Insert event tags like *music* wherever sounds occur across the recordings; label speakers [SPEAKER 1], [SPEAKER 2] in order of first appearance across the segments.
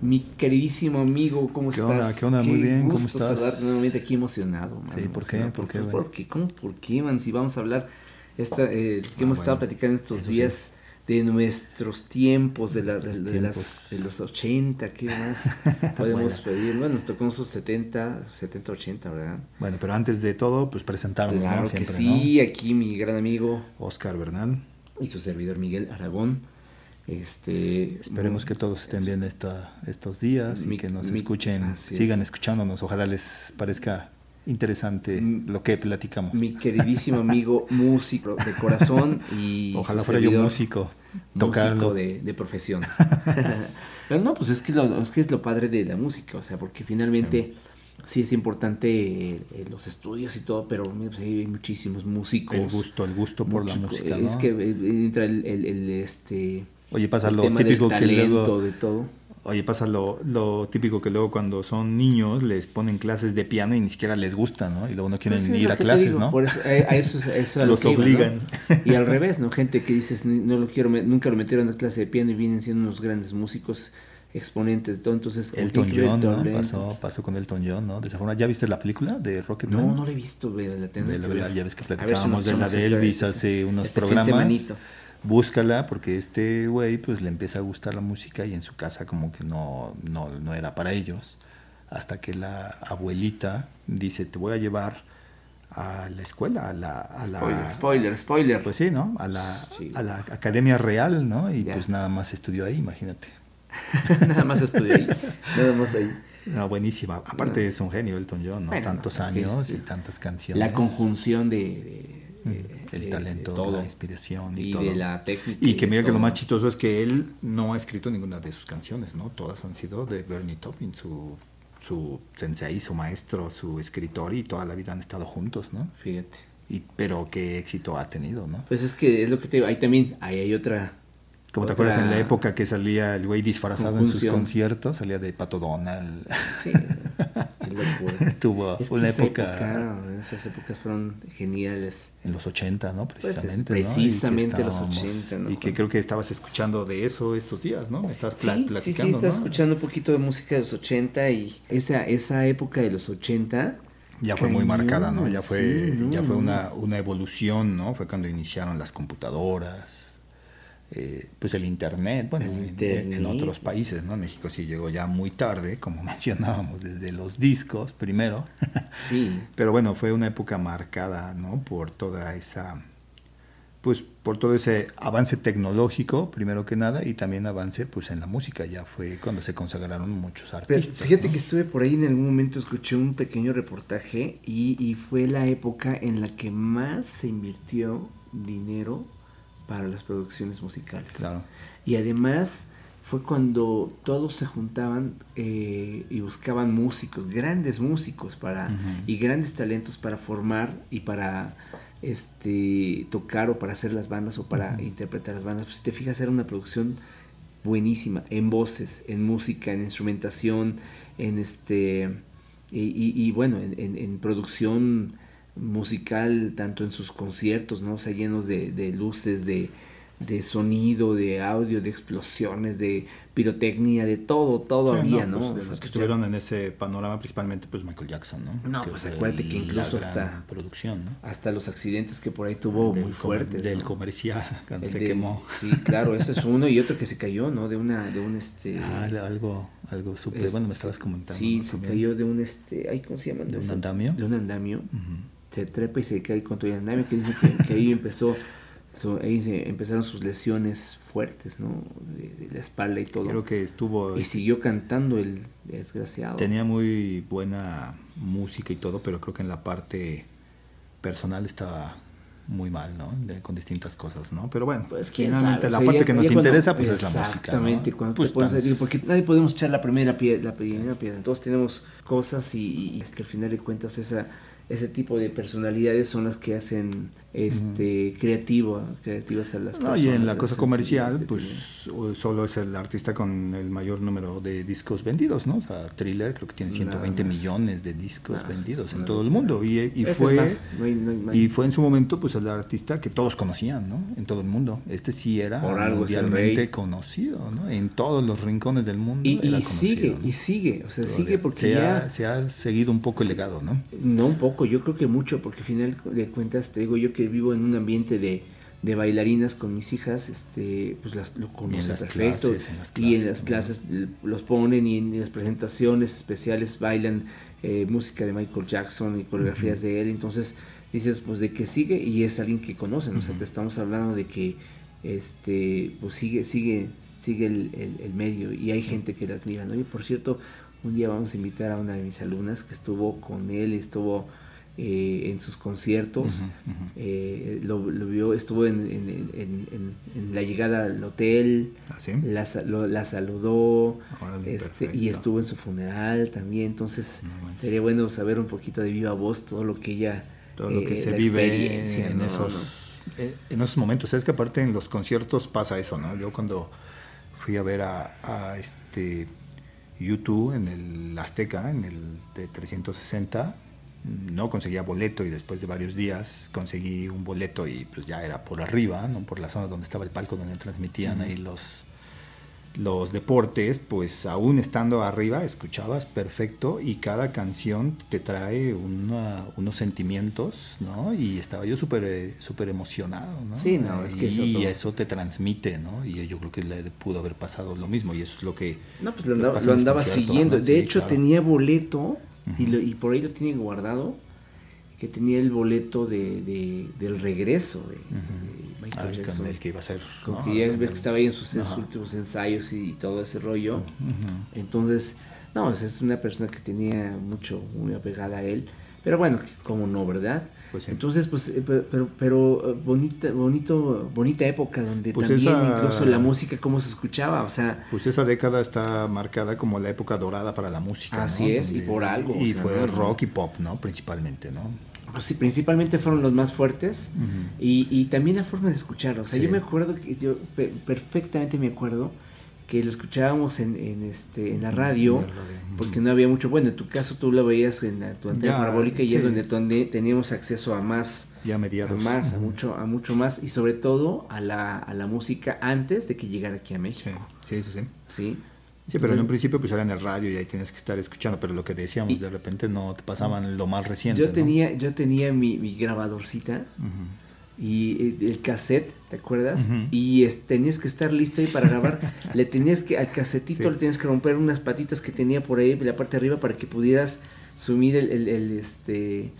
[SPEAKER 1] mi queridísimo amigo, ¿cómo
[SPEAKER 2] ¿Qué
[SPEAKER 1] estás?
[SPEAKER 2] onda? ¿Qué onda? Muy bien, ¿cómo
[SPEAKER 1] gusto
[SPEAKER 2] estás?
[SPEAKER 1] saludarte nuevamente aquí emocionado, mano.
[SPEAKER 2] Sí, ¿por qué?
[SPEAKER 1] Emocionado.
[SPEAKER 2] ¿Por qué,
[SPEAKER 1] ¿Por,
[SPEAKER 2] güey?
[SPEAKER 1] por qué? ¿Cómo por qué, man? Si vamos a hablar esta, eh, que hemos estado
[SPEAKER 2] Ah, bueno,
[SPEAKER 1] platicando estos
[SPEAKER 2] eso
[SPEAKER 1] días de nuestros tiempos, de, la- de-
[SPEAKER 2] Nuestros
[SPEAKER 1] de las,
[SPEAKER 2] tiempos.
[SPEAKER 1] de los 80, ¿qué
[SPEAKER 2] *laughs*
[SPEAKER 1] más podemos pedir? Bueno, nos tocó esos 70, 70, 80, ¿verdad?
[SPEAKER 2] Bueno, pero antes de todo, pues presentarnos, ¿no?
[SPEAKER 1] Claro que
[SPEAKER 2] Siempre,
[SPEAKER 1] sí, aquí mi gran amigo
[SPEAKER 2] ¿no? Oscar Bernal.
[SPEAKER 1] y su servidor Miguel Aragón. Este,
[SPEAKER 2] Esperemos que todos estén bien esta, estos días
[SPEAKER 1] Mi-
[SPEAKER 2] y que nos
[SPEAKER 1] mi-
[SPEAKER 2] escuchen,
[SPEAKER 1] así es.
[SPEAKER 2] sigan escuchándonos. Ojalá les parezca interesante
[SPEAKER 1] Mm,
[SPEAKER 2] lo que platicamos.
[SPEAKER 1] mi queridísimo amigo músico de corazón y
[SPEAKER 2] Ojalá
[SPEAKER 1] su
[SPEAKER 2] fuera yo
[SPEAKER 1] servidor,
[SPEAKER 2] músico,
[SPEAKER 1] músico
[SPEAKER 2] tocarlo.
[SPEAKER 1] de, de
[SPEAKER 2] *laughs*
[SPEAKER 1] profesión. *laughs* Pero no, pues es que, lo, es que es lo padre de la música, o sea, porque finalmente sí, es importante eh, eh, los estudios y todo, pero pues, hay muchísimos músicos.
[SPEAKER 2] El gusto, el gusto por la
[SPEAKER 1] Músico-
[SPEAKER 2] música,
[SPEAKER 1] Es
[SPEAKER 2] ¿no?
[SPEAKER 1] que eh, entra el, el- el, este
[SPEAKER 2] Oye, pasa
[SPEAKER 1] el
[SPEAKER 2] lo
[SPEAKER 1] tema del
[SPEAKER 2] típico que
[SPEAKER 1] talento,
[SPEAKER 2] luego...
[SPEAKER 1] de todo.
[SPEAKER 2] Oye, pasa lo, lo típico que luego cuando son niños les ponen clases de piano y ni siquiera les gusta, ¿no? Y luego no quieren
[SPEAKER 1] Pues es
[SPEAKER 2] ir
[SPEAKER 1] lo
[SPEAKER 2] a
[SPEAKER 1] que te
[SPEAKER 2] clases,
[SPEAKER 1] digo,
[SPEAKER 2] ¿no?
[SPEAKER 1] por eso- a- a eso es- a eso es a lo
[SPEAKER 2] Los
[SPEAKER 1] que iba, ¿no?
[SPEAKER 2] obligan.
[SPEAKER 1] Y al revés, ¿no? Gente que dices, "Ni- no lo quiero, me- nunca lo metieron a clase de piano y vienen siendo unos grandes músicos exponentes. ¿no? Entonces, como
[SPEAKER 2] Elton
[SPEAKER 1] que yo,
[SPEAKER 2] John, ¿no?
[SPEAKER 1] talento-
[SPEAKER 2] Pasó, pasó con Elton John, ¿no? De esa forma, ¿ya viste la película de Rocketman?
[SPEAKER 1] No, no lo he visto, ve, la tengo
[SPEAKER 2] De la-
[SPEAKER 1] que ver.
[SPEAKER 2] la- ya ves que
[SPEAKER 1] A ver si
[SPEAKER 2] platicábamos
[SPEAKER 1] nos
[SPEAKER 2] de la
[SPEAKER 1] echamos
[SPEAKER 2] de
[SPEAKER 1] esta-
[SPEAKER 2] Elvis
[SPEAKER 1] este-
[SPEAKER 2] hace unos
[SPEAKER 1] este fin de
[SPEAKER 2] programas.
[SPEAKER 1] semanito.
[SPEAKER 2] Búscala porque este güey pues le empieza a gustar la música y en su casa como que no, no, no era para ellos. Hasta que la abuelita dice, te voy a llevar a la escuela, a la... A la
[SPEAKER 1] Spoiler, spoiler, spoiler.
[SPEAKER 2] Pues sí, ¿no? A la,
[SPEAKER 1] Sí.
[SPEAKER 2] a la Academia Real, ¿no? Y
[SPEAKER 1] Ya.
[SPEAKER 2] pues nada más estudió ahí, imagínate.
[SPEAKER 1] *laughs* nada más estudié ahí. Nada más ahí.
[SPEAKER 2] No, buenísima. Aparte es un genio Elton John, ¿no?
[SPEAKER 1] Bueno,
[SPEAKER 2] Tantos
[SPEAKER 1] no, es que
[SPEAKER 2] años
[SPEAKER 1] es-
[SPEAKER 2] y tantas canciones.
[SPEAKER 1] La conjunción de. de- de- de-
[SPEAKER 2] Mm, El
[SPEAKER 1] de
[SPEAKER 2] talento,
[SPEAKER 1] todo.
[SPEAKER 2] la inspiración y,
[SPEAKER 1] Y
[SPEAKER 2] todo.
[SPEAKER 1] de la técnica.
[SPEAKER 2] Y que
[SPEAKER 1] de
[SPEAKER 2] mira que lo
[SPEAKER 1] todo.
[SPEAKER 2] más chistoso es que él no ha escrito ninguna de sus canciones, ¿no? Todas han sido de Bernie Taupin, su, su sensei, su maestro, su escritor y toda la vida han estado juntos, ¿no?
[SPEAKER 1] Fíjate.
[SPEAKER 2] Y, pero qué éxito ha tenido, ¿no?
[SPEAKER 1] Pues es que es lo que te digo, ahí también, ahí hay otra.
[SPEAKER 2] Como te
[SPEAKER 1] otra-
[SPEAKER 2] acuerdas en la época que salía el güey disfrazado en sus
[SPEAKER 1] Conjunción.
[SPEAKER 2] conciertos, salía de Pato Donald. *laughs*
[SPEAKER 1] Sí, qué locura.
[SPEAKER 2] Tuvo
[SPEAKER 1] Es que
[SPEAKER 2] una
[SPEAKER 1] esa
[SPEAKER 2] época,
[SPEAKER 1] época, Esas épocas fueron geniales.
[SPEAKER 2] en los 80, ¿no?
[SPEAKER 1] Pues, es
[SPEAKER 2] Precisamente.
[SPEAKER 1] precisamente
[SPEAKER 2] ¿no? Y que
[SPEAKER 1] los
[SPEAKER 2] estábamos-
[SPEAKER 1] 80, ¿no?
[SPEAKER 2] Y que creo que estabas escuchando de eso estos días, ¿no? Me estás
[SPEAKER 1] Sí,
[SPEAKER 2] pla-
[SPEAKER 1] sí, sí,
[SPEAKER 2] platicando,
[SPEAKER 1] estaba
[SPEAKER 2] ¿no?
[SPEAKER 1] escuchando un poquito de música de los 80 y esa, esa época de los 80.
[SPEAKER 2] Ya fue muy
[SPEAKER 1] cañón,
[SPEAKER 2] marcada, ¿no? Ya fue,
[SPEAKER 1] sí, no,
[SPEAKER 2] ya fue
[SPEAKER 1] no,
[SPEAKER 2] una, una evolución, ¿no? Fue cuando iniciaron las computadoras, eh, pues el Internet, bueno,
[SPEAKER 1] El
[SPEAKER 2] en- en- En,
[SPEAKER 1] Internet.
[SPEAKER 2] otros países, ¿no? México sí llegó ya muy tarde, como *laughs* mencionábamos, desde los discos primero.
[SPEAKER 1] Sí,
[SPEAKER 2] Pero bueno, fue una época marcada, ¿no? Por toda esa, pues por todo ese avance tecnológico, primero que nada, y también avance, pues en la música, ya fue cuando se consagraron muchos
[SPEAKER 1] Pero
[SPEAKER 2] artistas.
[SPEAKER 1] fíjate
[SPEAKER 2] ¿no?
[SPEAKER 1] que estuve por ahí en algún momento, escuché un pequeño reportaje y, y fue la época en la que más se invirtió dinero para las producciones musicales.
[SPEAKER 2] Claro.
[SPEAKER 1] Y además fue cuando todos se juntaban eh, y buscaban músicos, grandes músicos para
[SPEAKER 2] Ujú.
[SPEAKER 1] y grandes talentos para formar y para este tocar o para hacer las bandas o para interpretar las bandas. Pues, si te fijas era una producción buenísima en voces, en música, en instrumentación, en este y, y- y, bueno, en, en- en producción musical, tanto en sus conciertos, ¿no? O sea, llenos de, de luces, de, de sonido, de audio, de explosiones, de pirotecnia, de todo, todo
[SPEAKER 2] Sí,
[SPEAKER 1] había, ¿no?
[SPEAKER 2] pues,
[SPEAKER 1] O
[SPEAKER 2] de
[SPEAKER 1] sea,
[SPEAKER 2] los que
[SPEAKER 1] pues,
[SPEAKER 2] estuvieron en ese panorama, principalmente pues Michael Jackson, ¿no?
[SPEAKER 1] No, pues, acuérdate que
[SPEAKER 2] la
[SPEAKER 1] incluso
[SPEAKER 2] gran
[SPEAKER 1] hasta-
[SPEAKER 2] producción, ¿no?
[SPEAKER 1] Hasta los accidentes que por ahí tuvo
[SPEAKER 2] Del
[SPEAKER 1] muy
[SPEAKER 2] comer-
[SPEAKER 1] fuertes.
[SPEAKER 2] del
[SPEAKER 1] ¿no?
[SPEAKER 2] comercial *laughs* cuando
[SPEAKER 1] El
[SPEAKER 2] se
[SPEAKER 1] del-
[SPEAKER 2] quemó.
[SPEAKER 1] Sí, claro, ese es uno y otro que se cayó, ¿no? De una, de un este.
[SPEAKER 2] *laughs* Ah, la- algo, algo súper,
[SPEAKER 1] este,
[SPEAKER 2] bueno, me estabas comentando.
[SPEAKER 1] Sí,
[SPEAKER 2] ¿no?
[SPEAKER 1] se
[SPEAKER 2] También.
[SPEAKER 1] cayó de un este, ay, ¿cómo se llama?
[SPEAKER 2] ¿De un andamio?
[SPEAKER 1] De un andamio.
[SPEAKER 2] Ujú.
[SPEAKER 1] se trepa y se cae contra el andamio, que dicen que, que ahí empezó, so- ahí se- empezaron sus lesiones fuertes, ¿no? De, de la espalda y todo.
[SPEAKER 2] Creo que estuvo
[SPEAKER 1] y siguió cantando el desgraciado.
[SPEAKER 2] Tenía muy buena música y todo, pero creo que en la parte personal estaba muy mal, ¿no? De- con distintas cosas, ¿no? Pero bueno,
[SPEAKER 1] Pues quién sabe.
[SPEAKER 2] finalmente la
[SPEAKER 1] o sea,
[SPEAKER 2] parte
[SPEAKER 1] ya-
[SPEAKER 2] que
[SPEAKER 1] ya
[SPEAKER 2] nos
[SPEAKER 1] cuando-
[SPEAKER 2] interesa pues es la música. ¿no?
[SPEAKER 1] Exactamente, cuando
[SPEAKER 2] Pues
[SPEAKER 1] te pones a
[SPEAKER 2] tan-
[SPEAKER 1] decir, porque nadie este, podemos echar la primera piedra, la primera piedra. Todos tenemos cosas y, y es que al final de cuentas esa ese tipo de personalidades son las que hacen este creativa, creativas a las
[SPEAKER 2] No,
[SPEAKER 1] personas.
[SPEAKER 2] y en la
[SPEAKER 1] las
[SPEAKER 2] cosa comercial,
[SPEAKER 1] sensibilidades que tienen.
[SPEAKER 2] pues o- solo es el artista con el mayor número de discos vendidos, ¿no? O sea, Thriller creo que tiene
[SPEAKER 1] Nada
[SPEAKER 2] 120
[SPEAKER 1] más.
[SPEAKER 2] millones de discos
[SPEAKER 1] Ah,
[SPEAKER 2] pues, vendidos
[SPEAKER 1] es
[SPEAKER 2] en
[SPEAKER 1] una
[SPEAKER 2] todo el mundo. Y, y
[SPEAKER 1] Es el
[SPEAKER 2] fue,
[SPEAKER 1] más, no hay- no hay más.
[SPEAKER 2] y fue en su momento, pues, el artista que todos conocían, ¿no? En todo el mundo. Este sí era
[SPEAKER 1] Por algo es el
[SPEAKER 2] mundialmente
[SPEAKER 1] rey.
[SPEAKER 2] conocido, ¿no? En todos los rincones del mundo
[SPEAKER 1] y,
[SPEAKER 2] era
[SPEAKER 1] y sigue,
[SPEAKER 2] conocido, ¿no?
[SPEAKER 1] y sigue, o sea,
[SPEAKER 2] Todavía.
[SPEAKER 1] sigue porque
[SPEAKER 2] se,
[SPEAKER 1] ya...
[SPEAKER 2] ha, se ha seguido un poco el legado, ¿no?
[SPEAKER 1] No un poco, yo creo que mucho, porque al final de cuentas te digo yo que vivo en un ambiente de, de bailarinas con mis hijas, este, pues las lo
[SPEAKER 2] en
[SPEAKER 1] conoce
[SPEAKER 2] las
[SPEAKER 1] perfecto.
[SPEAKER 2] clases, en las
[SPEAKER 1] y en
[SPEAKER 2] clases
[SPEAKER 1] las
[SPEAKER 2] también.
[SPEAKER 1] clases l- los ponen y en las presentaciones especiales bailan eh, música de Michael Jackson y coreografías de él. Entonces dices, pues de que sigue y es alguien que conocen. O sea, te estamos hablando de que este, pues sigue, sigue, sigue el, el- el medio y hay gente que le admira. ¿no? Y por cierto, un día vamos a invitar a una de mis alumnas que estuvo con él, estuvo eh, en sus conciertos.
[SPEAKER 2] Ujú, ujú.
[SPEAKER 1] eh, lo, lo vio, estuvo en, en- en- en- en la llegada al hotel,
[SPEAKER 2] Así.
[SPEAKER 1] la, sa- lo- la saludó
[SPEAKER 2] Órale,
[SPEAKER 1] este, y
[SPEAKER 2] perfecto.
[SPEAKER 1] estuvo en su funeral también. Entonces
[SPEAKER 2] No manches.
[SPEAKER 1] sería bueno saber un poquito de viva voz todo lo que ella.
[SPEAKER 2] todo lo
[SPEAKER 1] eh,
[SPEAKER 2] que se
[SPEAKER 1] la
[SPEAKER 2] vive
[SPEAKER 1] experiencia,
[SPEAKER 2] en
[SPEAKER 1] ¿no?
[SPEAKER 2] esos eh, en esos momentos sabes que aparte en los conciertos pasa eso no yo cuando fui a ver a, a este YouTube en el Azteca en el de 360 no conseguía boleto y después de varios días conseguí un boleto y pues ya era por arriba no por la zona donde estaba el palco donde transmitían ahí los los deportes, pues aún estando arriba, escuchabas perfecto y cada canción te trae una- unos sentimientos, ¿no? Y estaba yo súper eh, súper emocionado, ¿no?
[SPEAKER 1] Sí, no,
[SPEAKER 2] Eh,
[SPEAKER 1] es que
[SPEAKER 2] y
[SPEAKER 1] eso
[SPEAKER 2] eso,
[SPEAKER 1] todo-
[SPEAKER 2] te transmite, ¿no? Y yo creo que le pudo haber pasado lo mismo y eso es lo que...
[SPEAKER 1] No, pues lo
[SPEAKER 2] que
[SPEAKER 1] andaba,
[SPEAKER 2] pasa
[SPEAKER 1] lo
[SPEAKER 2] en los
[SPEAKER 1] andaba
[SPEAKER 2] conciertos,
[SPEAKER 1] siguiendo.
[SPEAKER 2] ¿no?
[SPEAKER 1] De
[SPEAKER 2] Sí,
[SPEAKER 1] hecho,
[SPEAKER 2] claro.
[SPEAKER 1] tenía boleto y, lo- y por ahí lo tiene guardado. Que tenía el boleto de, de- del regreso de, de
[SPEAKER 2] Ah,
[SPEAKER 1] Michael
[SPEAKER 2] con
[SPEAKER 1] Jackson.
[SPEAKER 2] el que iba a ser...
[SPEAKER 1] Como
[SPEAKER 2] ¿no?
[SPEAKER 1] Pues que ya
[SPEAKER 2] Con
[SPEAKER 1] ves
[SPEAKER 2] el-
[SPEAKER 1] que estaba ahí en sus, en sus
[SPEAKER 2] Ajá.
[SPEAKER 1] últimos ensayos y, y todo ese rollo. Entonces, no, o sea, es una persona que tenía mucho, muy apegada a él. Pero bueno, como no, ¿verdad?
[SPEAKER 2] Pues sí.
[SPEAKER 1] Entonces, pues, eh, pe- pero, pero eh, bonita, bonito, bonita época donde
[SPEAKER 2] Pues
[SPEAKER 1] también
[SPEAKER 2] esa-
[SPEAKER 1] incluso la música, cómo se escuchaba, o sea,
[SPEAKER 2] Pues esa década está marcada como la época dorada para la música. ¿no?
[SPEAKER 1] Así es, y por algo,
[SPEAKER 2] Y
[SPEAKER 1] o sea,
[SPEAKER 2] fue
[SPEAKER 1] no, no.
[SPEAKER 2] rock y pop, ¿no? Principalmente, ¿no?
[SPEAKER 1] pues sí, principalmente fueron los más fuertes y, y también la forma de escucharlo. O sea,
[SPEAKER 2] Sí.
[SPEAKER 1] yo me acuerdo, que yo pe- perfectamente me acuerdo que lo escuchábamos en, en, este, en la radio,
[SPEAKER 2] En la radio, ujú.
[SPEAKER 1] porque no había mucho. Bueno, en tu caso tú la veías en la- tu antena
[SPEAKER 2] Ya,
[SPEAKER 1] parabólica y es
[SPEAKER 2] sí.
[SPEAKER 1] donde, donde teníamos acceso a más.
[SPEAKER 2] Ya a
[SPEAKER 1] A
[SPEAKER 2] mediados.
[SPEAKER 1] más, a mucho, a mucho más y sobre todo a la, a la música antes de que llegara aquí a
[SPEAKER 2] Sí,
[SPEAKER 1] México.
[SPEAKER 2] sí, sí. sí.
[SPEAKER 1] Sí.
[SPEAKER 2] Sí, pero en un principio pues era en el radio y ahí tenías que estar escuchando, pero lo que decíamos, de repente no te pasaban lo más reciente.
[SPEAKER 1] Yo
[SPEAKER 2] ¿no?
[SPEAKER 1] tenía, yo tenía mi, mi grabadorcita
[SPEAKER 2] Ujú.
[SPEAKER 1] y eh, el cassette, ¿te acuerdas?
[SPEAKER 2] Ujú.
[SPEAKER 1] Y es- tenías que estar listo ahí para grabar.
[SPEAKER 2] *laughs*
[SPEAKER 1] le tenías que, al casetito
[SPEAKER 2] Sí.
[SPEAKER 1] le tenías que romper unas patitas que tenía por ahí, la parte de arriba, para que pudieras sumir el, el, el, este